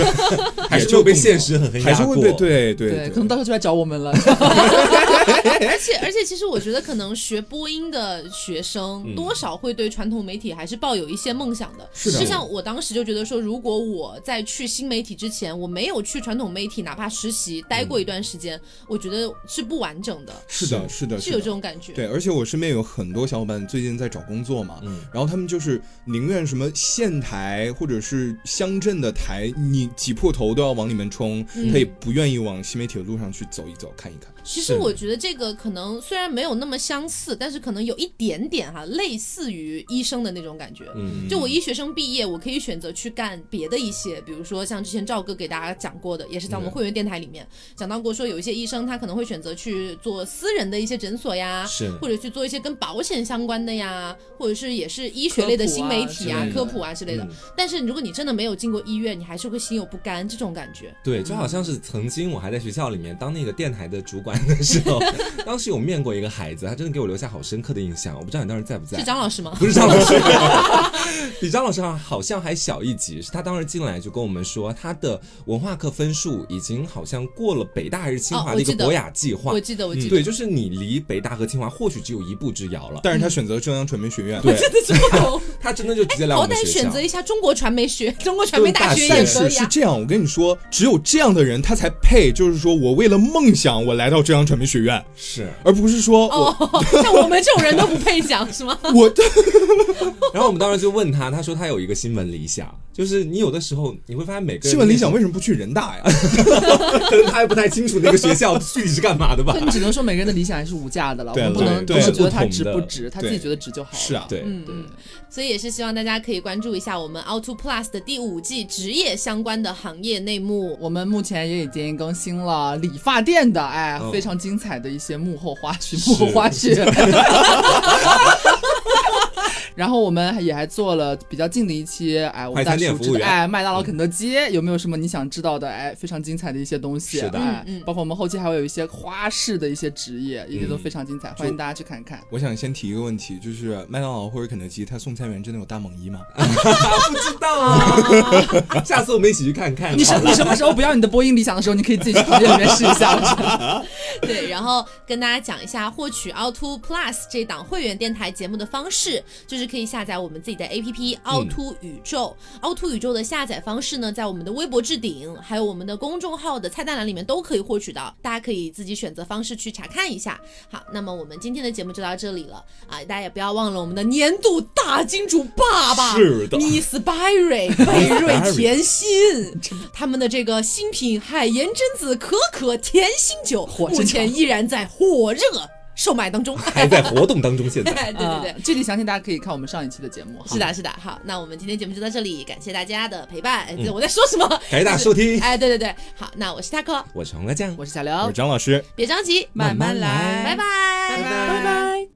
Speaker 4: 还
Speaker 2: 还
Speaker 4: 是
Speaker 2: 是会
Speaker 4: 会
Speaker 2: 被
Speaker 4: 动
Speaker 2: 现
Speaker 4: 摇
Speaker 2: 实狠狠
Speaker 4: 还
Speaker 2: 压
Speaker 4: 是会
Speaker 2: 过。
Speaker 4: 被对对对
Speaker 3: 可能到时候就来找我们了。
Speaker 1: 而且而且，其实我觉得可能学播音的学生多少会对传统媒体还是抱有一些梦想的。
Speaker 4: 嗯是的
Speaker 1: 就像我当时就觉得说，如果我在去新媒体之前，我没有去传统媒体，哪怕实
Speaker 4: 嗯
Speaker 1: 习待过一段时间，我觉得是不完整的，
Speaker 4: 是的，是的，
Speaker 1: 是
Speaker 4: 呃是
Speaker 1: 有
Speaker 4: 的
Speaker 1: 这种感觉。
Speaker 4: 对，而且我身边有很多小伙伴最近在找工作嘛，
Speaker 2: 嗯
Speaker 4: 然后他们就是宁愿什么县台或者是乡镇的台，你挤破头都要往里面冲，
Speaker 1: 嗯
Speaker 4: 他也不愿意往新媒体的路上去走一走、看一看。
Speaker 1: 其
Speaker 2: 是
Speaker 1: 实我觉得这个可能虽然没有那么相似，但是可能有一点点哈、类似于医生的那种感觉。
Speaker 2: 嗯，
Speaker 1: 就我医学生毕业，我可以选择去干别的一些，比如说像之前赵哥给大家讲过的，也是在我们
Speaker 4: 嗯
Speaker 1: 会员电台里面讲到过，说有一些医生他可能会选择去做私人的一些诊所呀，
Speaker 2: 是
Speaker 1: 或者去做一些跟保险相关的呀，或者是也是医学类的
Speaker 3: 科普啊
Speaker 1: 新媒体啊
Speaker 3: 之、类的
Speaker 1: 科普啊之类的。
Speaker 2: 嗯
Speaker 1: 但是如果你真的没有进过医院，你还是会心有不甘这种感觉。
Speaker 2: 对，就好像是曾经我还在学校里面当那个电台的主管的时
Speaker 1: [laughs]
Speaker 2: 候，当时有面过一个孩子，他真的给我留下好深刻的印象。我不知道你当时在不在
Speaker 1: 是？张老师吗？
Speaker 2: 不是张老师， [laughs] 比张老师啊好像还小一级。是他当时进来就跟我们说，他的文化课分数已经好像过了北大还是清华的一个
Speaker 1: 哦我记得
Speaker 2: 博雅计划。
Speaker 1: 我记得，我记得。
Speaker 2: 嗯
Speaker 1: [laughs]
Speaker 2: 对，就是你离北大和清华或许只有一步之遥了。
Speaker 4: 但是他选择中央传媒学院，
Speaker 2: 对，
Speaker 1: 真的是不懂。
Speaker 2: 他真的就直接来
Speaker 1: 哎
Speaker 2: 我
Speaker 1: 好
Speaker 2: 们
Speaker 1: 歹
Speaker 2: 学
Speaker 1: 选
Speaker 2: 校
Speaker 1: 择。一下中国传媒学、中国传媒大学
Speaker 2: 对
Speaker 1: [laughs] 也
Speaker 4: 但
Speaker 2: 大
Speaker 1: 可
Speaker 4: 是
Speaker 1: 以
Speaker 4: 是
Speaker 1: 啊。
Speaker 4: 这样，我跟你说，只有这样的人，他才配。就是说我为了梦想，我来到中央传媒学院，
Speaker 2: 是，
Speaker 4: 而不是说我、
Speaker 1: 哦，像我们这种人都不配讲是吗？
Speaker 4: 我
Speaker 2: 然后我们当时就问他，他说他有一个新闻理想，就是你有的时候你会发现每个人
Speaker 4: 新闻理想为什么不去人大呀？
Speaker 2: [laughs] 可能他还不太清楚那个学校具体是干嘛的吧
Speaker 4: [laughs]
Speaker 3: 所以？你只能说每个人的理想还是无价的了，我
Speaker 4: 对
Speaker 3: 们不
Speaker 4: 对
Speaker 3: 能
Speaker 4: 对
Speaker 3: 总是
Speaker 4: 是
Speaker 3: 觉得
Speaker 2: 不
Speaker 3: 它
Speaker 2: 同
Speaker 3: 值不
Speaker 2: 的
Speaker 3: 值，他
Speaker 4: 对
Speaker 3: 自己觉得值就好了。
Speaker 4: 是啊，
Speaker 2: 对，
Speaker 1: 嗯，所以也是希望大家可以关注一下我们凹 t o Plus 的第五季职业相关的行业内幕。
Speaker 3: 我们目前也已经更新了理发店的，哎，
Speaker 2: 嗯
Speaker 3: 非常精彩的一些幕后花絮，
Speaker 2: 是
Speaker 3: 幕后花絮。然后我们也还做了比较近的一期，哎，我
Speaker 2: 快
Speaker 3: 们大
Speaker 2: 餐店
Speaker 3: 叔
Speaker 2: 服
Speaker 3: 知
Speaker 2: 务
Speaker 3: 道，
Speaker 2: 员嗯
Speaker 3: 哎，麦当劳、肯德基有没有什么你想知道的？哎，非常精彩的一些东西，
Speaker 2: 是的
Speaker 3: 哎
Speaker 1: 嗯嗯
Speaker 3: 包括我们后期还会有一些花式的一些职业，
Speaker 2: 嗯
Speaker 3: 也都非常精彩，欢迎大家去看看。
Speaker 4: 我想先提一个问题，就是麦当劳或者肯德基，它送餐员真的有大猛一吗？
Speaker 2: 不知道啊， [laughs] 下次我们一起去看看。
Speaker 3: [laughs] 你什你什么时候不要你的播音理想的时候，你可以自己去 [laughs] 房间里面试一下。我觉得
Speaker 1: 对，然后跟大家讲一下获取凹 t o Plus 这档会员电台节目的方式，就是可以下载我们自己的 APP
Speaker 2: 嗯
Speaker 1: 凹凸宇宙。凹凸宇宙的下载方式呢，在我们的微博置顶，还有我们的公众号的菜单栏里面都可以获取到，大家可以自己选择方式去查看一下。好，那么我们今天的节目就到这里了啊！大家也不要忘了我们的年度大金主爸爸
Speaker 2: 是的
Speaker 1: Miss Barry
Speaker 2: [laughs]
Speaker 1: 贝瑞甜心，他们的这个新品海盐榛子可可甜心酒，
Speaker 3: 火
Speaker 1: 目
Speaker 3: 真
Speaker 1: 前依然在火热售卖当中。
Speaker 2: 还在活动当中，现
Speaker 1: [laughs] 对
Speaker 2: 在 [laughs]
Speaker 1: 对对
Speaker 3: 啊，这里详情大家可以看我们上一期的节目。
Speaker 1: 是的，是的。好，那我们今天节目就到这里，感谢大家的陪伴。哎，对我在说什么？
Speaker 2: 感谢大家收听，
Speaker 1: 哎，对对对，好，那我是 Taco，
Speaker 2: 我是黄瓜酱，
Speaker 3: 我是小
Speaker 4: 我
Speaker 3: 刘
Speaker 4: 是，张老师，
Speaker 1: 别着急，
Speaker 2: 慢慢来
Speaker 1: 拜拜，
Speaker 3: 拜拜。